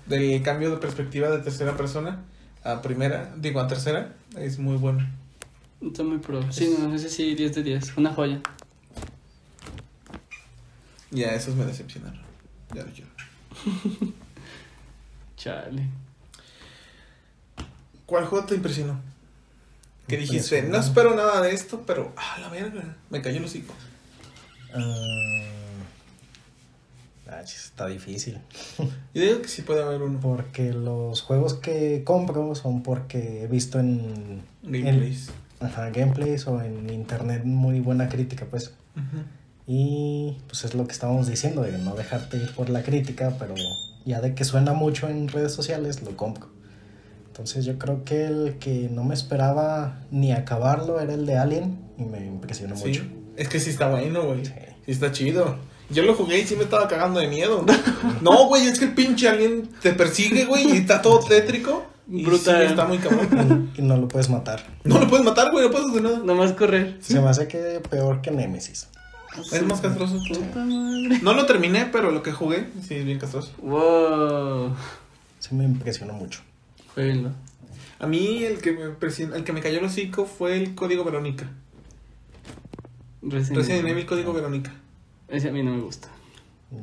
S2: Del cambio de perspectiva de tercera persona a primera, digo a tercera, es muy bueno.
S1: Está muy pro. Sí, no, ese sí, 10 de 10. Una joya.
S2: Ya, esos me decepcionaron. Ya no quiero.
S1: Chale.
S2: ¿Cuál juego te impresionó? Que dijiste,
S3: Impresionó.
S2: no espero nada de esto, pero ah, la verga, me cayó el hocico.
S3: Ah, ah, chis, está difícil.
S2: Yo digo que sí puede haber uno.
S3: Porque los juegos que compro son porque he visto en, en
S2: Gameplays.
S3: ajá, gameplays o en internet muy buena crítica, pues.
S2: Ujú.
S3: Y pues es lo que estábamos diciendo, de no dejarte ir por la crítica, pero ya de que suena mucho en redes sociales, lo compro. Entonces yo creo que el que no me esperaba ni acabarlo era el de Alien y me impresionó mucho.
S2: Sí. Es que sí está bueno, güey.
S3: Sí.
S2: Sí está chido. Yo lo jugué y sí me estaba cagando de miedo. No, güey, es que el pinche alguien te persigue, güey, y está todo tétrico. Y
S1: Brutal.
S2: sí, está muy cabrón.
S3: Y no lo puedes matar.
S2: No lo puedes matar, güey, no puedes hacer nada.
S1: Nomás correr.
S3: Se me hace que peor que Nemesis.
S2: Es más castroso.
S1: Puta madre.
S2: No lo terminé, pero lo que jugué, sí, es bien castroso.
S1: Wow.
S3: Se me impresionó mucho.
S1: Jueguenlo.
S2: A mí el que me, presi- el que me cayó el hocico fue el código Verónica.
S1: Resident,
S2: Resident Evil Código Verónica.
S1: Ese a mí no me gusta.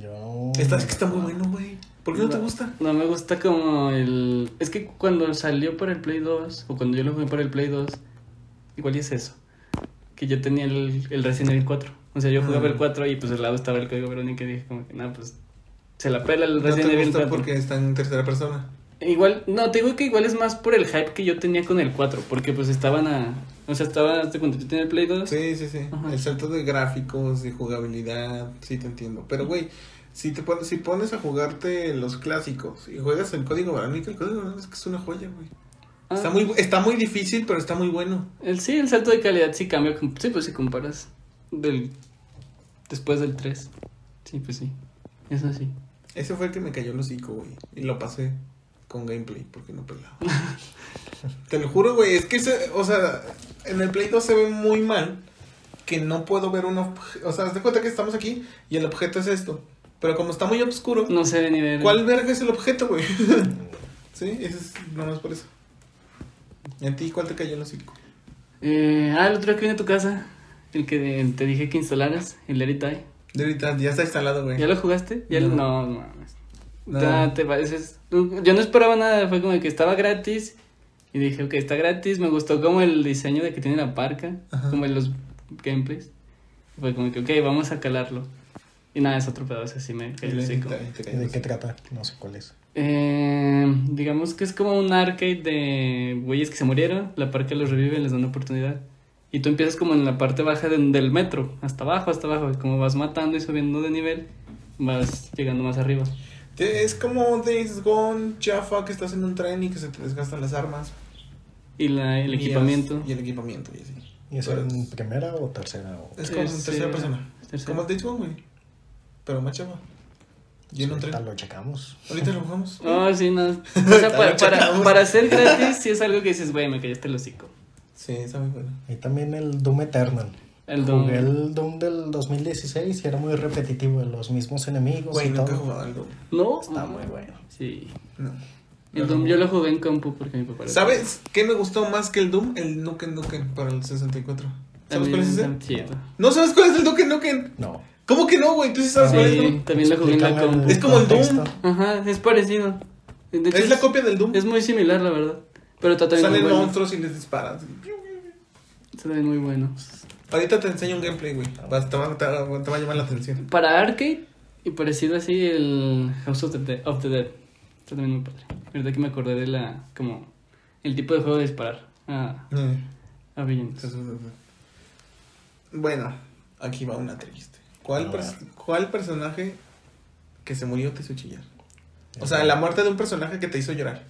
S3: Yo...
S2: Está, es que está muy bueno, güey. ¿Por qué no te gusta?
S1: No me gusta como el. Es que cuando salió para el Play 2, o cuando yo lo jugué para el Play 2, igual y es eso. Que yo tenía el, el Resident Evil 4. O sea, yo jugaba
S2: Ah.
S1: el 4 y pues al lado estaba el código Verónica y dije, como que, nada, pues. Se la pela el
S2: No
S1: Resident
S2: te
S1: Evil
S2: gusta
S1: 4.
S2: porque está en tercera persona.
S1: Igual, no, te digo que igual es más por el hype que yo tenía con el 4, porque pues estaban a. O sea, estaban hasta cuando yo tenía el Play 2.
S2: Sí, sí, sí.
S1: Ajá.
S2: El salto de gráficos, de jugabilidad, sí te entiendo. Pero, güey, si te pones, si pones a jugarte los clásicos y juegas el código Verónica, el código Verónica es que es una joya, güey.
S1: Ah,
S2: Está, muy, bu- está muy difícil, pero está muy bueno.
S1: El, sí, el salto de calidad sí cambia. com- Sí, pues si comparas del después del 3. Sí, pues sí. Eso sí.
S2: Ese fue el que me cayó el hocico, güey. Y lo pasé con gameplay, porque no pelaba. Te lo juro, güey. Es que, ese, o sea, en el Play 2 se ve muy mal que no puedo ver un objeto. O sea, haz de cuenta que estamos aquí y el objeto es esto. Pero como está muy oscuro,
S1: No sé ni ver.
S2: ¿cuál verga es el objeto, güey? sí, ese es nomás por eso. ¿Y a ti cuál te cayó el hocico?
S1: Eh, ah, el otro que vine a tu casa. El que el- te dije que instalaras. El Let It Die.
S2: De ahorita ya está instalado, güey.
S1: ¿Ya lo jugaste? Ya lo-
S2: No.
S1: no, no mames.
S2: No.
S1: Ya te pareces- Yo no esperaba nada. Fue como que estaba gratis. Y dije, ok, está gratis. Me gustó como el diseño de que tiene la parca.
S2: Ajá.
S1: Como en los gameplays. Fue como que, ok, vamos a calarlo. Y nada, es otro pedazo. Así me cayó el
S2: El
S1: hocico.
S2: Edita, te cayó el
S3: ¿De qué
S2: hocico.
S3: trata? No sé cuál es.
S1: Eh, digamos que es como un arcade de güeyes que se murieron, la parca los revive, les da una oportunidad. Y tú empiezas como en la parte baja de- del metro, hasta abajo, hasta abajo. y Como vas matando y subiendo de nivel, vas llegando más arriba.
S2: Te- Es como Days Gone, chafa, que estás en un tren y que se te desgastan las armas.
S1: Y la, el
S2: Y
S1: equipamiento.
S2: Y el equipamiento, y así.
S3: ¿Y es
S2: Pero
S3: en primera o tercera? O...
S2: Pues Es como en tercera
S1: Tercera.
S2: persona.
S1: Tercera.
S2: Como el Days Gone, güey. Pero más chava. Y en un
S3: Ahorita
S2: tren.
S3: lo checamos.
S2: Ahorita lo jugamos.
S1: No, Oh, sí, no. O sea, para, para,
S2: Checamos.
S1: para ser gratis, sí es algo que dices, güey, me callaste el hocico.
S2: Sí, está muy bueno.
S3: Y también el Doom Eternal.
S1: El Doom.
S3: Jugué el Doom del 2016 y era muy repetitivo, los mismos enemigos
S2: Güey,
S3: y
S2: nunca he
S3: todo.
S2: jugado al Doom.
S1: No,
S3: Está muy bueno.
S1: Sí.
S2: No.
S1: El Doom yo lo jugué en compu porque mi papá lo
S2: ¿Sabes qué me gustó más que el Doom? El Nuken Nuken para el 64. ¿Sabes cuál es ese?
S1: También- también-
S2: No sabes cuál es el Nuken Nuken.
S3: No.
S2: ¿Cómo que no, güey? Tú sí sabes
S1: Sí,
S2: cuál es el Doom.
S1: también lo jugué en la
S3: Explícame
S1: compu.
S2: Es como el Doom.
S3: contexto.
S1: Ajá, es parecido. De hecho,
S2: Es la copia del Doom.
S1: Es muy similar, la verdad. Pero está también muy
S2: Salen
S1: bueno.
S2: monstruos y les disparas.
S1: Está también muy bueno.
S2: Ahorita te enseño un gameplay, güey. Vas- Te va, te va- te va a llamar la atención.
S1: Para arcade y parecido así el House of the, Dead- of the Dead. Está también muy padre. Verdad que me acordé de la como el tipo de juego de disparar a
S2: Eh.
S1: a villanos.
S2: Bueno, aquí va una triste. ¿Cuál,
S3: A
S2: pers-
S3: ver.
S2: ¿Cuál personaje que se murió te hizo chillar? O sea, la muerte de un personaje que te hizo llorar.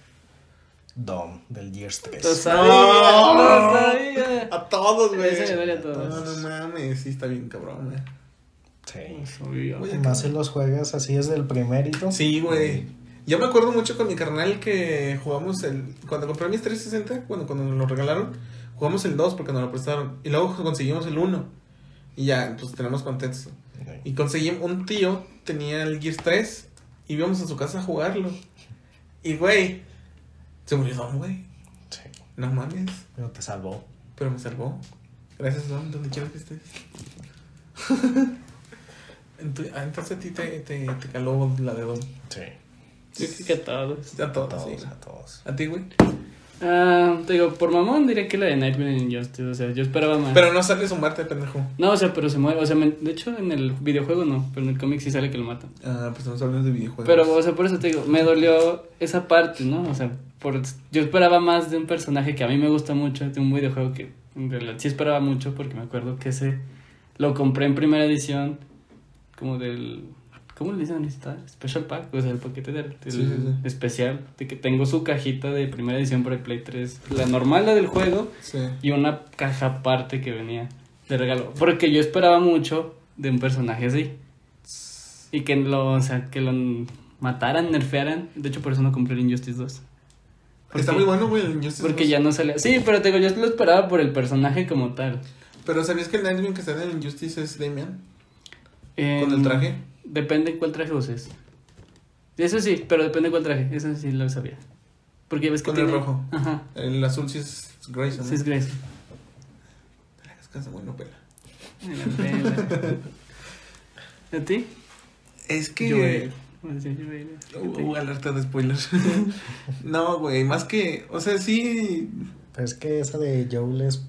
S3: Doom del Gears 3.
S1: Lo sabía,
S2: No.
S1: lo sabía.
S2: A todos, güey.
S1: Ese me duele a todos.
S2: No, no mames, sí está bien cabrón, eh. güey.
S1: Lo
S3: sí.
S1: sabía.
S2: Oye,
S3: Más si los juegas así desde el primerito.
S2: Sí, güey. Yo me acuerdo mucho con mi carnal que jugamos el... Cuando compré mis 360, bueno, cuando nos lo regalaron, jugamos el 2 porque nos lo prestaron. Y luego conseguimos el 1. Y ya, pues tenemos contexto.
S3: Sí.
S2: Y conseguimos un tío, tenía el Gears 3 y íbamos a su casa a jugarlo. Y güey, se murió Don, güey.
S3: Sí.
S2: No mames,
S3: Pero te salvó.
S2: pero me salvó. Gracias, Don, donde quiera que estés. Ento- ah, Entonces a ti te, te, te caló la de Dom.
S3: Sí.
S1: Yo creo que a todos.
S2: A
S3: A
S2: todos,
S3: todos,
S2: sí.
S3: a todos.
S2: A ti, güey.
S1: Ah, te digo, por mamón diría que la de Nightmare in Justice. O sea, yo esperaba más.
S2: Pero no sale su muerte, pendejo.
S1: No, o sea, pero se muere. O sea, me- de hecho, en el videojuego no, pero en el cómic sí sale que lo matan.
S2: Ah, pues estamos hablando de videojuegos.
S1: Pero, o sea, por eso te digo, me dolió esa parte, ¿no? O sea, por, yo esperaba más de un personaje que a mí me gusta mucho, de un videojuego que en realidad sí esperaba mucho, porque me acuerdo que ese lo compré en primera edición, como del. ¿Cómo le dicen? ¿Está? Special Pack, o sea, el paquete de, del
S2: Sí, sí, sí.
S1: especial, de que tengo su cajita de primera edición para el Play 3, la normal, la del juego,
S2: Sí.
S1: y una caja aparte que venía de regalo. Porque yo esperaba mucho de un personaje así. Y que lo, o sea, que lo mataran, nerfearan. De hecho, por eso no compré el Injustice 2. Porque-
S2: Está muy bueno, güey, el Injustice
S1: Porque
S2: 2.
S1: ya no salía. Sí, pero te digo, yo lo esperaba por el personaje como tal.
S2: Pero ¿sabías que el Nightwing que está en el Injustice es Damian?
S1: Eh,
S2: ¿Con el traje?
S1: Depende cuál traje uses. Eso sí, pero depende cuál traje. Eso sí lo sabía. Porque ves que
S2: Con el
S1: tiene-
S2: rojo.
S1: Ajá.
S2: El azul sí es Grayson.
S1: Sí, es
S2: ¿no?
S1: Grace.
S2: Es que ese güey no pela.
S1: ¿A ti?
S2: Es que...
S1: Yo eh, era. O sea, yo era.
S2: Uh, uh, alerta de spoilers. no, güey, más que... O sea, sí...
S3: Pero es que esa de Joel es-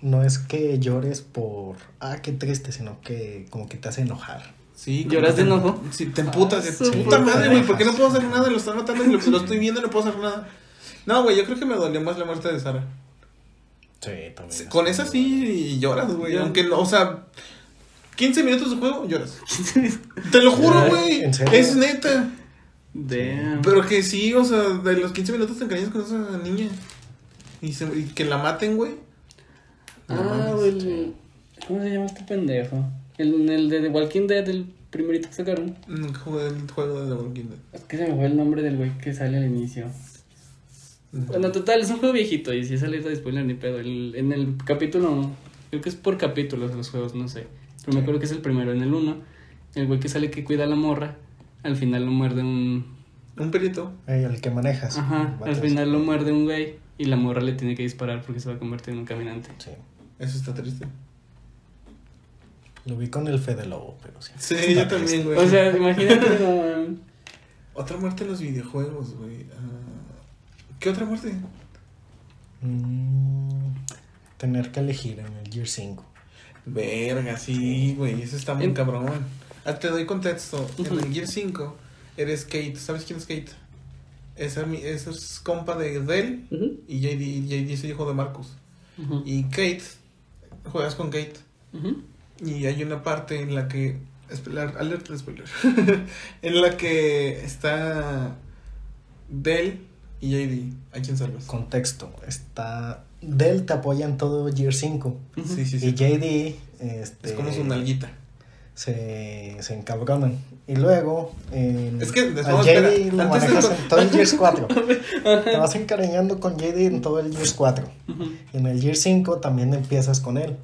S3: No es que llores por. Ah, qué triste, sino que como que te hace enojar.
S2: Sí, como
S1: ¿Lloras de
S2: te-
S1: enojo?
S2: Sí, te emputas. de
S1: Ah, su
S2: puta
S3: puta
S2: madre, güey,
S3: madre.
S2: ¿por qué no puedo hacer nada? Lo están matando y lo, lo estoy viendo y no puedo hacer nada. No, güey, yo creo que me dolió más la muerte de Sara.
S3: Sí, también.
S2: Sí,
S3: es
S2: Con
S3: muy
S2: esa
S3: bueno.
S2: sí lloras, güey.
S1: Ya.
S2: Aunque, no, o sea, 15 minutos de juego, lloras. Te lo juro,
S1: Ay,
S2: güey.
S3: ¿en serio?
S2: Es neta.
S1: Damn.
S2: Pero que sí, o sea, de los 15 minutos te encariñas con esa niña. Y, se- y que la maten, güey.
S1: Ah, el. ¿Cómo se llama este pendejo? El, el de The Walking Dead, el primerito que sacaron.
S2: Mm, Jugué el juego de The Walking Dead.
S1: Es que se me fue el nombre del güey que sale al inicio.
S2: Mm.
S1: Bueno, total, es un juego viejito y si sale de spoiler ni pedo. El- en el capítulo, creo que es por capítulos de los juegos, no sé. Pero me acuerdo que es el primero, en el uno. El güey que sale que cuida a la morra, al final lo muerde un.
S2: Un perito.
S3: Ey, Eh, el que manejas.
S1: Ajá,
S3: vato
S1: al
S3: ese.
S1: final lo muerde un güey y la morra le tiene que disparar porque se va a convertir en un caminante.
S3: Sí.
S2: Eso está triste.
S3: Lo vi con el Fede Lobo, pero sí.
S2: Sí, yo
S3: Está triste.
S2: también, güey.
S1: O sea, imagínate. no, mames.
S2: Otra muerte en los videojuegos, güey. Ah, ¿Qué otra muerte?
S3: Mm, tener que elegir en el Year 5.
S2: Verga, sí, güey. Eso está muy
S1: En-
S2: cabrón. Ah, te doy contexto. En
S1: Ujú.
S2: el Gear 5 eres Kate. ¿Sabes quién es Kate? Esa, mi- esa es compa de Dell
S1: Ujú,
S2: y JD, y JD es el hijo de Marcus.
S1: ujú,
S2: Y Kate, juegas con Kate.
S1: ujú.
S2: Y hay una parte en la que. espelar- Alerta de spoiler. en la que está Dell y JD. ¿A quién salvas?
S3: Contexto, está... Dell te apoya en todo Year 5.
S1: Ujú.
S2: Sí, sí,
S3: Y
S2: sí.
S3: JD... Este,
S2: Es como su nalguita.
S3: se, se encabronan. Y luego... en-
S2: Es que,
S3: a
S2: no,
S3: JD
S2: espera,
S3: lo
S2: antes de
S3: manejas
S2: con-
S3: en todo el Gears 4. te vas encariñando con JD en todo el Gears 4.
S1: Ujú.
S3: Y en el Gear 5 también empiezas con él.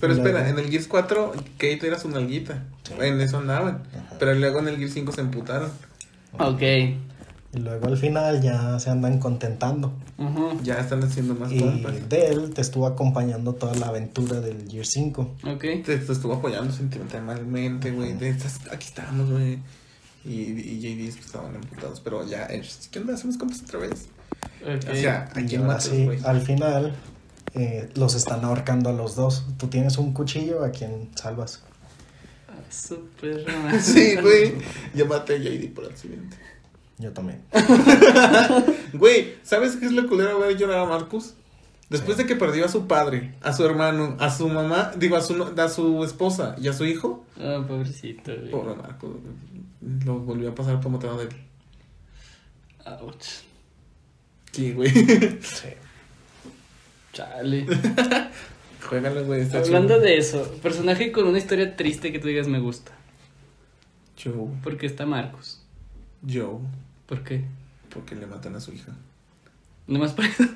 S2: Pero
S3: Y
S2: espera,
S3: luego-
S2: en el Gears 4 Kate era su nalguita.
S3: Sí.
S2: En eso andaban.
S3: Ajá.
S2: Pero luego en el Gears 5 se emputaron.
S1: Ok.
S3: Y luego al final ya se andan contentando.
S1: Ujú.
S2: Ya están haciendo
S1: Pues
S2: más
S3: Y
S2: compas.
S3: Dell te estuvo acompañando toda la aventura del Year 5.
S1: Ok.
S2: Te, te estuvo apoyando sentimentalmente, güey. de estas- Aquí estamos, güey. Y, y JD pues, estaban emputados. Pero ya, eh, ¿qué onda? Hacemos compas otra vez.
S1: Ok.
S2: O sea, ¿a
S3: Y
S2: quién
S3: ahora
S2: matas,
S3: sí,
S2: güey?
S3: al final eh, los están ahorcando a los dos. Tú tienes un cuchillo, ¿a quien salvas?
S1: Ah, su perra madre.
S2: Sí, güey. Yo maté a JD por accidente.
S3: Yo también.
S2: Güey, ¿sabes qué es lo culero ver llorar a Marcus? Después de que perdió a su padre, a su hermano, a su mamá, digo, a su, no- a su esposa y a su hijo,
S1: Ah, pobrecito, güey.
S2: Pobre Marco, lo volvió a pasar por motor de él.
S1: Ouch.
S2: Sí, güey.
S3: Sí.
S1: Chale.
S2: Juégalo, güey. Está
S1: Hablando
S2: chido.
S1: de eso, personaje con una historia triste que tú digas me gusta.
S2: Joe.
S1: ¿Por qué está Marcos?
S2: Joe.
S1: ¿Por qué?
S2: Porque le matan a su hija.
S1: Nada más por eso.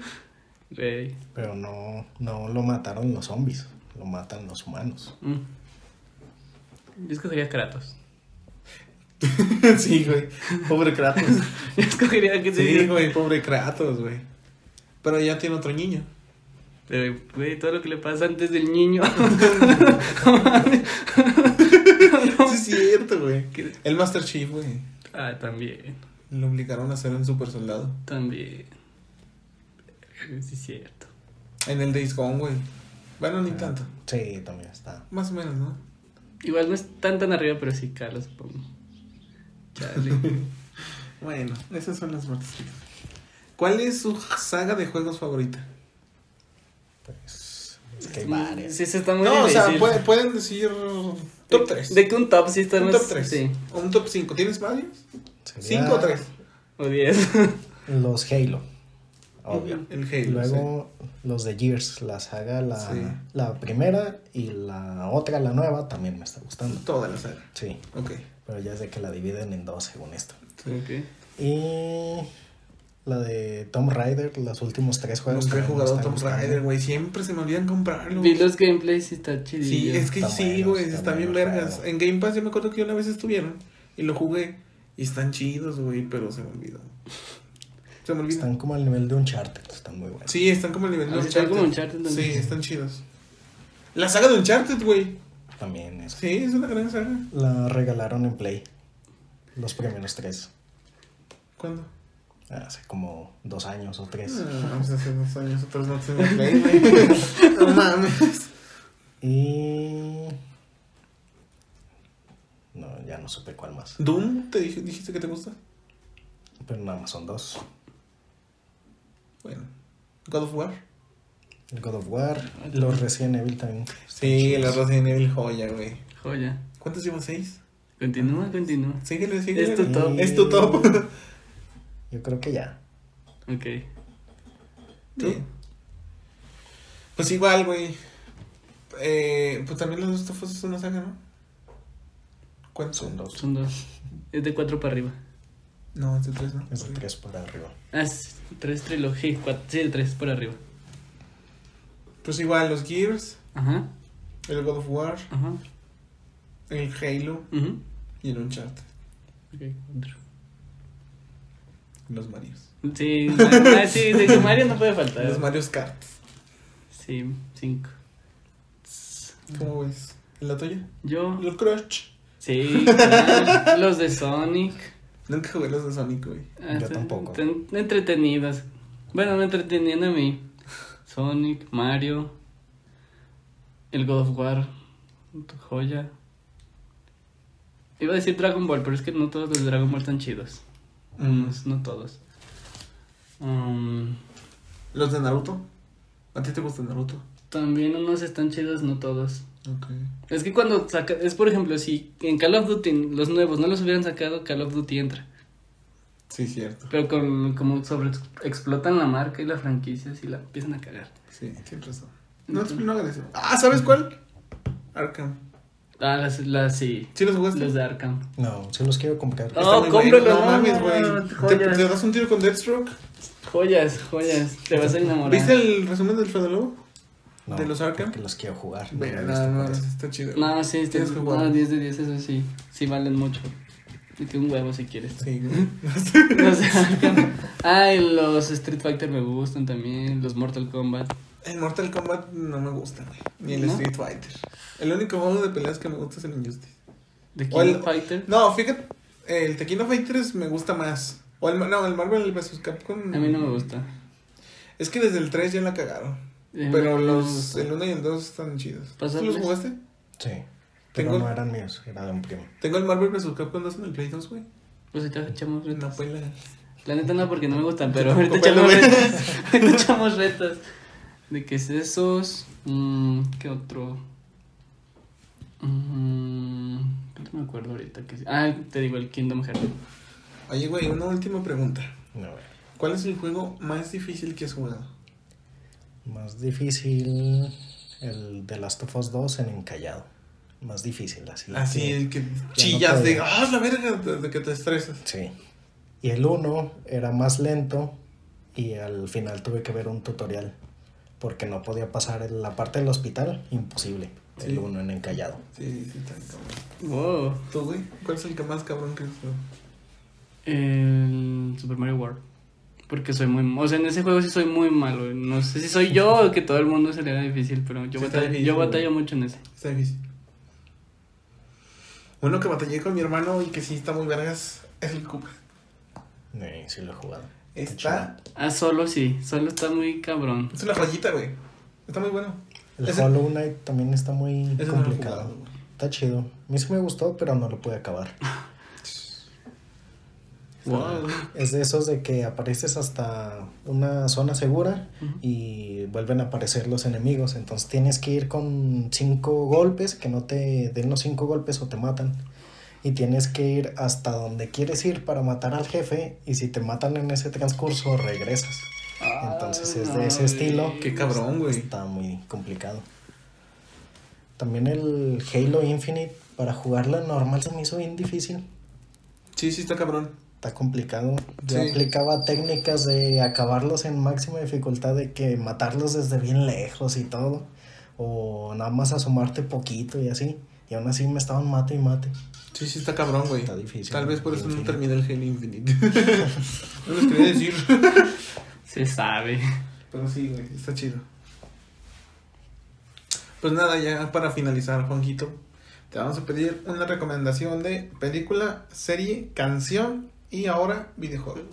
S1: Güey.
S3: Pero no, no lo mataron los zombies, lo matan los humanos.
S1: Mm. Yo escogería a Kratos.
S2: sí, güey. Pobre Kratos.
S1: Yo escogería que
S2: sí, güey. Pobre Kratos, güey. Pero ya tiene otro niño.
S1: Pero, güey, todo lo que le pasa antes del niño.
S2: Sí, es cierto, güey.
S1: ¿Qué?
S2: El Master Chief, güey.
S1: Ah, también,
S2: Lo obligaron a ser un super soldado.
S1: también. Sí, es cierto.
S2: En el Days Gone, güey. Bueno, ni tanto.
S3: Sí, también está.
S2: Más o menos, ¿no?
S1: Igual no es tan tan arriba, pero sí, Carlos, supongo. Chale.
S2: Bueno, esas son las muertes. frías. ¿Cuál es su saga de juegos favorita?
S3: Pues. Es que hay varias.
S1: Mm, Sí, se está muy
S2: No, o sea,
S1: difícil.
S2: puede- pueden decir top 3.
S1: De que un top sí está
S2: un
S1: más-
S2: top 3.
S1: Sí,
S2: O un top 5. ¿Tienes varios?
S3: Sería
S2: 5 o 3.
S1: o 10.
S3: Los Halo. Obvio.
S2: El
S3: Y
S2: Halo.
S3: luego los de Gears, la saga, la,
S2: Sí.
S3: la primera y la otra, la nueva, también me está gustando.
S2: sí. Toda la saga.
S3: Sí,
S2: Ok.
S3: pero ya sé que la dividen en dos según esto.
S1: Ok.
S3: Y la de Tomb Raider, los últimos tres juegos.
S2: Nunca he
S3: también me
S2: jugado
S3: están
S2: Tomb
S3: gustando.
S2: Raider, güey. Siempre se me olvidan comprarlo.
S1: Vi los gameplays y está chidillo.
S2: Sí, es que
S3: Está
S2: sí,
S3: bueno,
S2: güey.
S3: está
S2: Están bien
S3: bueno,
S2: vergas.
S3: claro.
S2: En Game Pass yo me acuerdo que una vez estuvieron y lo jugué. Y están chidos, güey, pero se me olvidó. Se me olvidó.
S3: Están como al nivel de Uncharted, están muy buenos.
S2: Sí, están como el nivel de
S1: Ah, están como Uncharted también.
S2: Sí, están chidos. La saga de Uncharted, güey.
S3: También es.
S2: Sí, es una gran saga.
S3: La regalaron en Play. Los primeros tres.
S2: ¿Cuándo?
S3: Hace como dos años o tres.
S2: Ah, pues hace dos años, otros no tenemos play, güey. No mames.
S3: Y. No, ya no supe cuál más.
S2: ¿Doom? ¿Te dije- dijiste que te gusta?
S3: Pero nada más son dos.
S2: Bueno. ¿God of War?
S3: El God of War, los Resident Evil también.
S2: Sí, la Resident Evil joya, güey.
S1: Joya.
S2: ¿Cuántos llevas? ¿Seis?
S1: Continúa, continúa.
S2: Síguele, síguele.
S1: Es tu top.
S3: Eh.
S2: Es tu top.
S3: Yo creo que ya.
S1: Ok.
S2: ¿Tú? Pues igual, güey. Eh, pues también los Last of Us es una saga, ¿no? ¿Cuántos?
S3: Son dos.
S1: Son dos. Es de cuatro para arriba.
S2: No, es de tres, ¿no?
S3: Es de tres para arriba.
S1: Ah, es tres trilogías. cuat- Sí, de tres para arriba.
S2: Pues igual, los Gears,
S1: Ajá,
S2: el God of War,
S1: ajá.
S2: el Halo
S1: ujú.
S2: y el Uncharted.
S1: Ok, cuatro.
S2: Los Marios.
S1: Sí, ma- ah, sí, de que Mario no puede faltar.
S2: Los Marios Kart.
S1: Sí, cinco.
S2: ¿Cómo ves? ¿La tuya?
S1: Yo,
S2: Los Crush.
S1: sí, claro, los de Sonic.
S2: Nunca jugué los de Sonic, güey.
S1: Ah,
S3: Yo
S1: están-
S3: tampoco.
S1: están entretenidas. Bueno, me entretenían a mí. Sonic, Mario, el God of War, joya. Iba a decir Dragon Ball, pero es que no todos los de Dragon Ball están chidos. Unos, no todos. Um,
S2: Los de Naruto. ¿A ti te gusta Naruto?
S1: también unos están chidos, no todos.
S2: Ok.
S1: Es que cuando saca, es por ejemplo, si en Call of Duty los nuevos no los hubieran sacado, Call of Duty entra.
S2: Sí, cierto.
S1: Pero con, como sobre explotan la marca y la franquicia, y la empiezan a cagar.
S2: Sí, tienes razón. No, no hagas eso. Ah, ¿sabes cuál? Arkham.
S1: Ah, las, las sí.
S2: ¿Ah, ¿Sí los jugaste?
S1: Los de Arkham.
S3: No, sí los quiero comprar.
S1: Ah.
S2: Está
S1: No,
S2: muy bueno.
S1: cómpralo,
S2: No mames,
S1: no, no,
S2: güey.
S1: no,
S2: ¿Te,
S1: joyas.
S2: te das un tiro con Deathstroke?
S1: Joyas, joyas. Te vas a enamorar.
S2: ¿Viste el resumen del Fede Lobo?
S3: No,
S2: ¿De los Arkham?
S3: porque los quiero jugar. no
S2: Mira,
S3: lo he visto
S2: no, no,
S3: por eso.
S2: está chido.
S1: No, sí, este,
S2: Tienes que jugar.
S1: no, 10 de 10, eso sí. Sí valen mucho. Mete un huevo si quieres.
S2: Sí, güey.
S1: Los de Arkham. Ah, y los Street Fighter me gustan también. Los Mortal Kombat.
S2: El Mortal Kombat no me gusta, güey. Ni el
S1: ¿No?
S2: Street Fighter. El único juego de peleas que me gusta es el Injustice.
S1: The
S2: O
S1: King
S2: el-
S1: of Fighter.
S2: No, fíjate, el Tekken of Fighters me gusta más. O el, no, el Marvel vs. Capcom.
S1: A mí no me gusta.
S2: Es que desde el 3 ya la cagaron.
S1: Eh,
S2: Pero
S1: no me
S2: los,
S1: gusta.
S2: el 1 y el 2 están chidos. ¿Tú
S1: ¿Pasables?
S2: los jugaste?
S3: Sí. Pero
S2: Tengo-
S3: no eran míos, era de un primo.
S2: Tengo el Marvel vs. Capcom 2 en el Play 2, güey.
S1: Pues ahorita echamos
S2: No,
S1: retas.
S2: pues la...
S1: La neta no, porque no me gustan, pero
S2: Yo
S1: ahorita
S2: tampoco,
S1: echamos
S2: pero bueno.
S1: retas. Ahorita echamos retas. De que es esos. mm, ¿Qué otro? Mm, no me acuerdo ahorita. Que... Ah, te digo, el Kingdom Hearts.
S2: Oye, güey, una última pregunta.
S3: No, güey.
S2: ¿Cuál es el juego más difícil que has jugado?
S3: Más difícil el de Last of Us 2 en encallado. Más difícil, así.
S2: Así,
S3: que-
S2: el que chillas
S3: no
S2: de,
S3: puedo.
S2: ah, la verga, de, de que te estresas.
S3: Sí. Y el 1 era más lento y al final tuve que ver un tutorial porque no podía pasar la parte del hospital, imposible.
S2: Sí.
S3: El 1 en encallado.
S2: Sí, sí, está bien, cabrón.
S1: Wow.
S2: ¿Tú, güey? ¿Cuál es el que más cabrón que has jugado?
S1: El Super Mario World. Porque soy muy. O sea, en ese juego sí soy muy malo. No sé si soy yo o que todo el mundo se le da difícil, pero yo,
S2: Sí, está
S1: batallo,
S2: difícil,
S1: yo
S2: güey.
S1: batallo mucho en ese.
S2: Está difícil. Uno que batallé con mi hermano y que sí está muy vergas es el Cup.
S3: Eh, sí lo he jugado.
S2: Está.
S1: Ah, solo sí, solo está muy cabrón.
S2: Es una joyita, güey. Está muy bueno.
S3: El
S2: Ese-
S3: Hollow Knight también está muy
S2: Ese no lo he
S3: complicado.
S2: jugado, güey.
S3: está chido. A mí sí me gustó, pero no lo pude acabar.
S1: Wow.
S3: Es de esos de que apareces hasta una zona segura y vuelven a aparecer los enemigos. Entonces tienes que ir con cinco golpes, que no te den los cinco golpes o te matan. Y tienes que ir hasta donde quieres ir para matar al jefe. Y si te matan en ese transcurso, regresas.
S1: Ah,
S3: Entonces es de ese
S1: Ay,
S3: estilo.
S2: Qué cabrón, güey.
S3: Está muy complicado. También el Halo Infinite, para jugarlo normal se me hizo bien difícil.
S2: Sí, sí, está cabrón.
S3: Está complicado. Yo
S2: Sí.
S3: aplicaba técnicas de acabarlos en máxima dificultad, de que matarlos desde bien lejos y todo. O nada más asomarte poquito y así. Y aún así me estaban mate y mate.
S2: Sí, sí, está cabrón, güey.
S3: Está difícil.
S2: Tal vez por eso no
S3: Infinite.
S2: terminé el Halo Infinite. no les quería decir.
S1: Se sabe.
S2: Pero sí, güey, está chido. Pues nada, ya para finalizar, Juanjito, te vamos a pedir una recomendación de película, serie, canción y ahora videojuego.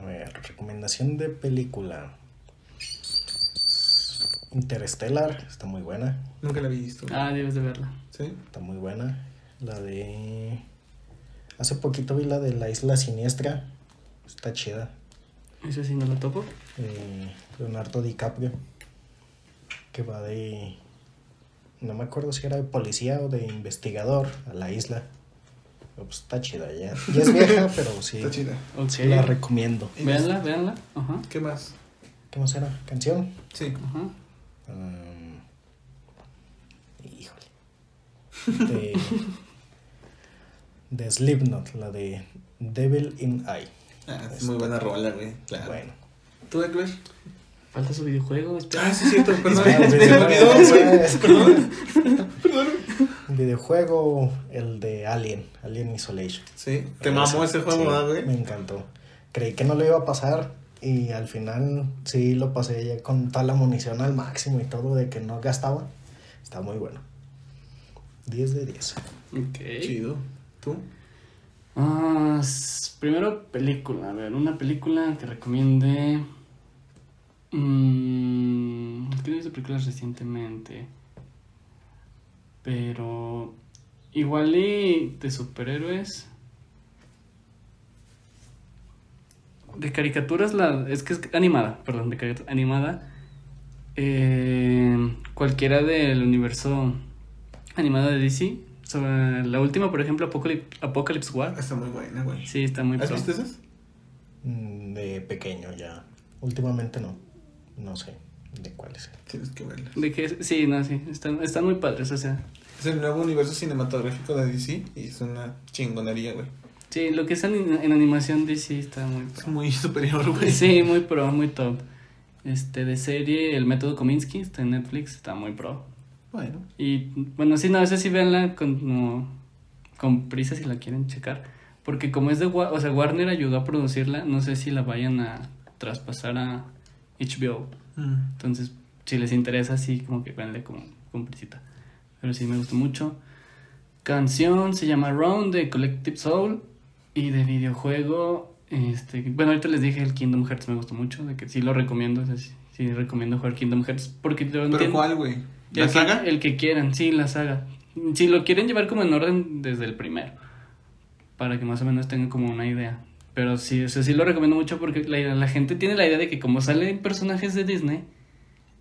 S3: A ver, recomendación de película. Interstellar, está muy buena.
S2: Nunca la había visto.
S1: Ah, debes de verla.
S2: ¿Sí?
S3: Está muy buena. La de. Hace poquito vi la de la isla siniestra. Está chida.
S1: Eso sí, no lo topo.
S3: Eh, Leonardo DiCaprio. Que va de. No me acuerdo si era de policía o de investigador a la isla. Pero, pues, está chida ya. Ya es vieja, pero sí.
S2: Está chida.
S1: Ok.
S3: sí la recomiendo.
S1: Veanla, veanla. Ajá.
S2: ¿Qué más?
S3: ¿Qué más era? ¿Canción?
S2: Sí.
S1: Ajá.
S3: Um, híjole. De, de Slipknot, la de Devil in Eye.
S2: Ah, es muy buena rola, güey. Claro.
S3: Bueno,
S2: ¿Tú, Edgar?
S1: Falta su videojuego, espera.
S2: Ah, sí, es cierto, perdón.
S3: Espera,
S2: Se me
S3: espera,
S2: olvidó,
S3: espera,
S2: güey.
S3: espera.
S2: Perdón. Perdón.
S3: videojuego, el de Alien, Alien Isolation.
S2: Sí, te mamó ese juego,
S3: Sí,
S2: ¿verdad,
S3: Me
S2: güey?
S3: encantó. Creí que no lo iba a pasar y al final sí lo pasé ya con toda la munición al máximo y todo de que no gastaba. Está muy bueno. 10 de 10.
S1: Ok.
S2: Chido. ¿Tú?
S1: Ah, s- primero película, a ver, una película que recomiende. Mm, es que no he visto películas recientemente. Pero. Igual y de superhéroes. De caricaturas, la. Es que es animada, perdón, de caricatura animada. Eh, cualquiera del universo animado de DC. Sobre la última, por ejemplo, Apocalypse, Apocalypse War.
S2: Está muy buena, güey.
S1: Sí, está muy
S2: ¿Has
S1: pro.
S2: visto esas?
S3: Mm, De pequeño ya. Últimamente no. No sé de cuáles.
S2: Tienes que verlas.
S1: De que sí, no, sí, están, están muy padres, o sea.
S2: Es el nuevo universo cinematográfico de DC y es una chingonería, güey.
S1: Sí, lo que es en, en animación DC está muy
S2: Es
S1: pro.
S2: muy superior, güey.
S1: Sí, muy pro, muy top. Este, de serie, El Método Kominsky, está en Netflix, está muy pro.
S2: Bueno.
S1: Y bueno, sí, no, esa sí véanla con, no, con prisa si la quieren checar. Porque como es de, Wa- o sea, Warner ayudó a producirla, no sé si la vayan a traspasar a HBO.
S2: Mm.
S1: Entonces, si les interesa, sí, como que véanle con, con prisita. Pero sí, me gustó mucho. Canción se llama Round de Collective Soul. Y de videojuego, este, bueno, ahorita les dije el Kingdom Hearts me gustó mucho, de que sí lo recomiendo, o sea, sí, sí recomiendo jugar Kingdom Hearts porque yo
S2: ¿Pero
S1: entiendo-
S2: cuál, güey? ¿La
S1: el que-
S2: saga?
S1: el que quieran, sí, la saga. Si lo quieren llevar como en orden desde el primero. Para que más o menos tengan como una idea. Pero sí, o sea, sí lo recomiendo mucho porque la, la gente tiene la idea de que como salen personajes de Disney,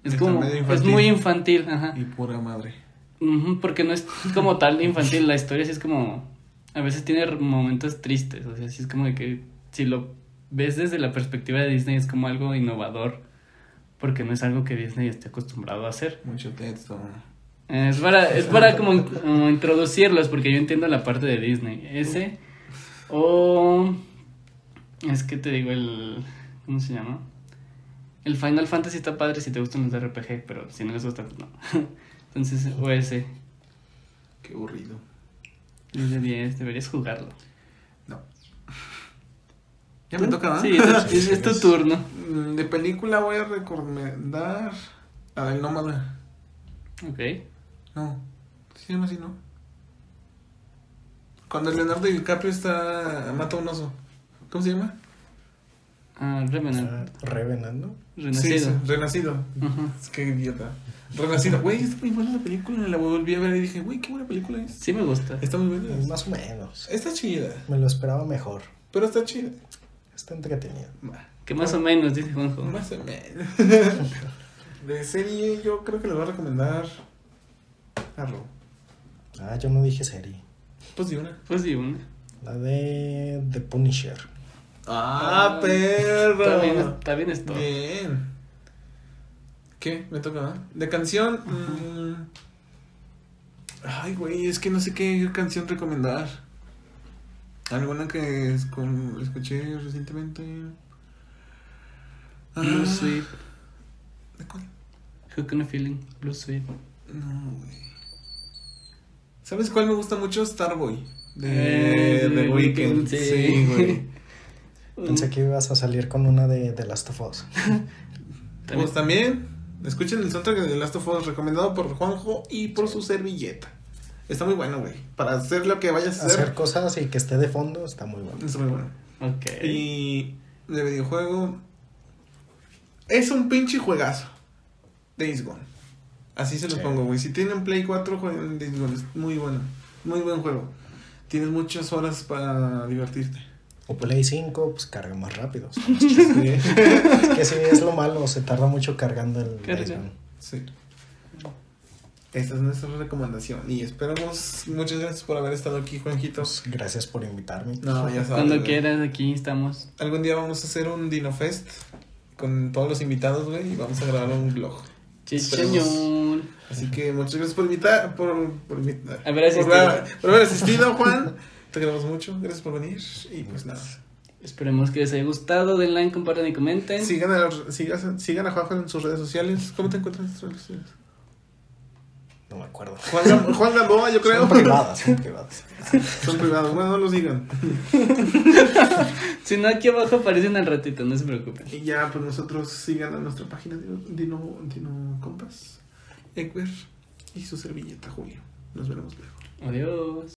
S1: es
S2: Está
S1: como...
S2: medio
S1: Es
S2: infantil.
S1: muy infantil, ajá.
S2: Y pura madre.
S1: Ujú, porque no es como tal infantil, la historia sí es como... A veces tiene momentos tristes, o sea, sí es como de que si lo ves desde la perspectiva de Disney es como algo innovador, porque no es algo que Disney esté acostumbrado a hacer.
S2: Mucho texto.
S1: Eh, Es para, es para como, in- como introducirlos, porque yo entiendo la parte de Disney. Ese. O. Es que te digo, el. ¿Cómo se llama? El Final Fantasy está padre si te gustan los RPG, pero si no les gusta, pues no. Entonces, o ese.
S2: Qué aburrido.
S1: 10 de 10, deberías jugarlo.
S2: No. Ya me toca, ¿verdad?
S1: Sí, es, es- es tu
S3: Sí,
S1: turno.
S2: Mm, De película voy a recomendar. A ver, Nómada.
S1: Ok.
S2: No. Sí, se llama así, ¿no? Cuando el Leonardo DiCaprio está. mata a un oso. ¿Cómo se llama?
S1: Ah, Revenant.
S3: Revenando.
S2: Sí,
S1: Renacido.
S2: sí, Renacido.
S1: Ajá.
S2: Es que idiota. Renacido. Güey, está muy buena la película. La volví a ver y dije, güey, qué buena película es.
S1: Sí me gusta.
S2: Está muy buena.
S3: Más o menos.
S2: Está chida.
S3: Me lo esperaba mejor.
S2: Pero está chida.
S3: Está entretenido.
S2: Bah,
S1: Que más o menos, dice Juanjo.
S2: Más o menos. De serie, yo creo que le voy a recomendar. Arrow.
S3: Ah, yo no dije serie.
S2: Pues de una.
S1: Pues sí, una.
S3: La de The Punisher.
S2: ¡Ah,
S1: Ay, Está bien,
S2: perro!
S1: está bien esto.
S2: Bien. ¿Qué? Me toca, ¿verdad? De canción. mm, Ay, güey, es que no sé qué canción recomendar. Alguna que es con- escuché recientemente. Ah,
S1: Blue Sweep.
S2: ¿De cuál?
S1: Hook on a Feeling. Blue Sweep.
S2: No, güey. ¿Sabes cuál me gusta mucho? Starboy.
S1: Eh, de
S2: De, de Weeknd.
S1: Weeknd, sí.
S2: Sí, güey. Mm.
S3: Pensé que ibas a salir con una de The Last of Us.
S1: También-
S2: Pues también, escuchen el soundtrack de The Last of Us recomendado por Juanjo y por su servilleta. Está muy bueno, güey. Para hacer lo que vayas a hacer,
S3: Hacer cosas y que esté de fondo está muy bueno.
S2: está muy bueno.
S1: Ok.
S2: Y de videojuego, es un pinche juegazo. Days Gone. Así se los
S3: Sí.
S2: pongo, güey. Si tienen Play 4, jueguen Days Gone. Es muy bueno. Muy buen juego. Tienes muchas horas para divertirte.
S3: O Play 5, pues carga más rápido. Es que sí, es lo malo, se tarda mucho cargando el
S1: Carga.
S3: Days Gone.
S2: Sí. Esta es nuestra recomendación. Y esperamos. Muchas gracias por haber estado aquí,
S3: Pues
S2: Juanjitos.
S3: Gracias por invitarme.
S2: No, ya sabes.
S1: Cuando
S2: güey.
S1: quieras, aquí estamos.
S2: Algún día vamos a hacer un Dino Fest con todos los invitados, güey, y vamos a grabar un vlog.
S1: Sí,
S2: Esperemos.
S1: señor.
S2: Así que muchas gracias por invitar, por, por invitar.
S1: Haber asistido.
S2: Por, haber- por haber asistido, Juan. Te queremos mucho, gracias por venir. Y pues nada.
S1: Esperemos que les haya gustado. Den like, compartan y comenten.
S2: Sigan a, sigan, sigan a Juanjo en sus redes sociales. ¿Cómo te encuentras en tus redes sociales?
S3: No me acuerdo.
S2: Juan, Gam- Juan Gamboa, yo creo.
S3: Son privadas, son privadas.
S2: Son privados, bueno, no los digan.
S1: Si no, aquí abajo aparecen al ratito, no se preocupen.
S2: Y ya, pues nosotros sigan a nuestra página Dino, Dino, Dino Compas, Equer y su servilleta Julio. Nos veremos luego.
S1: Adiós.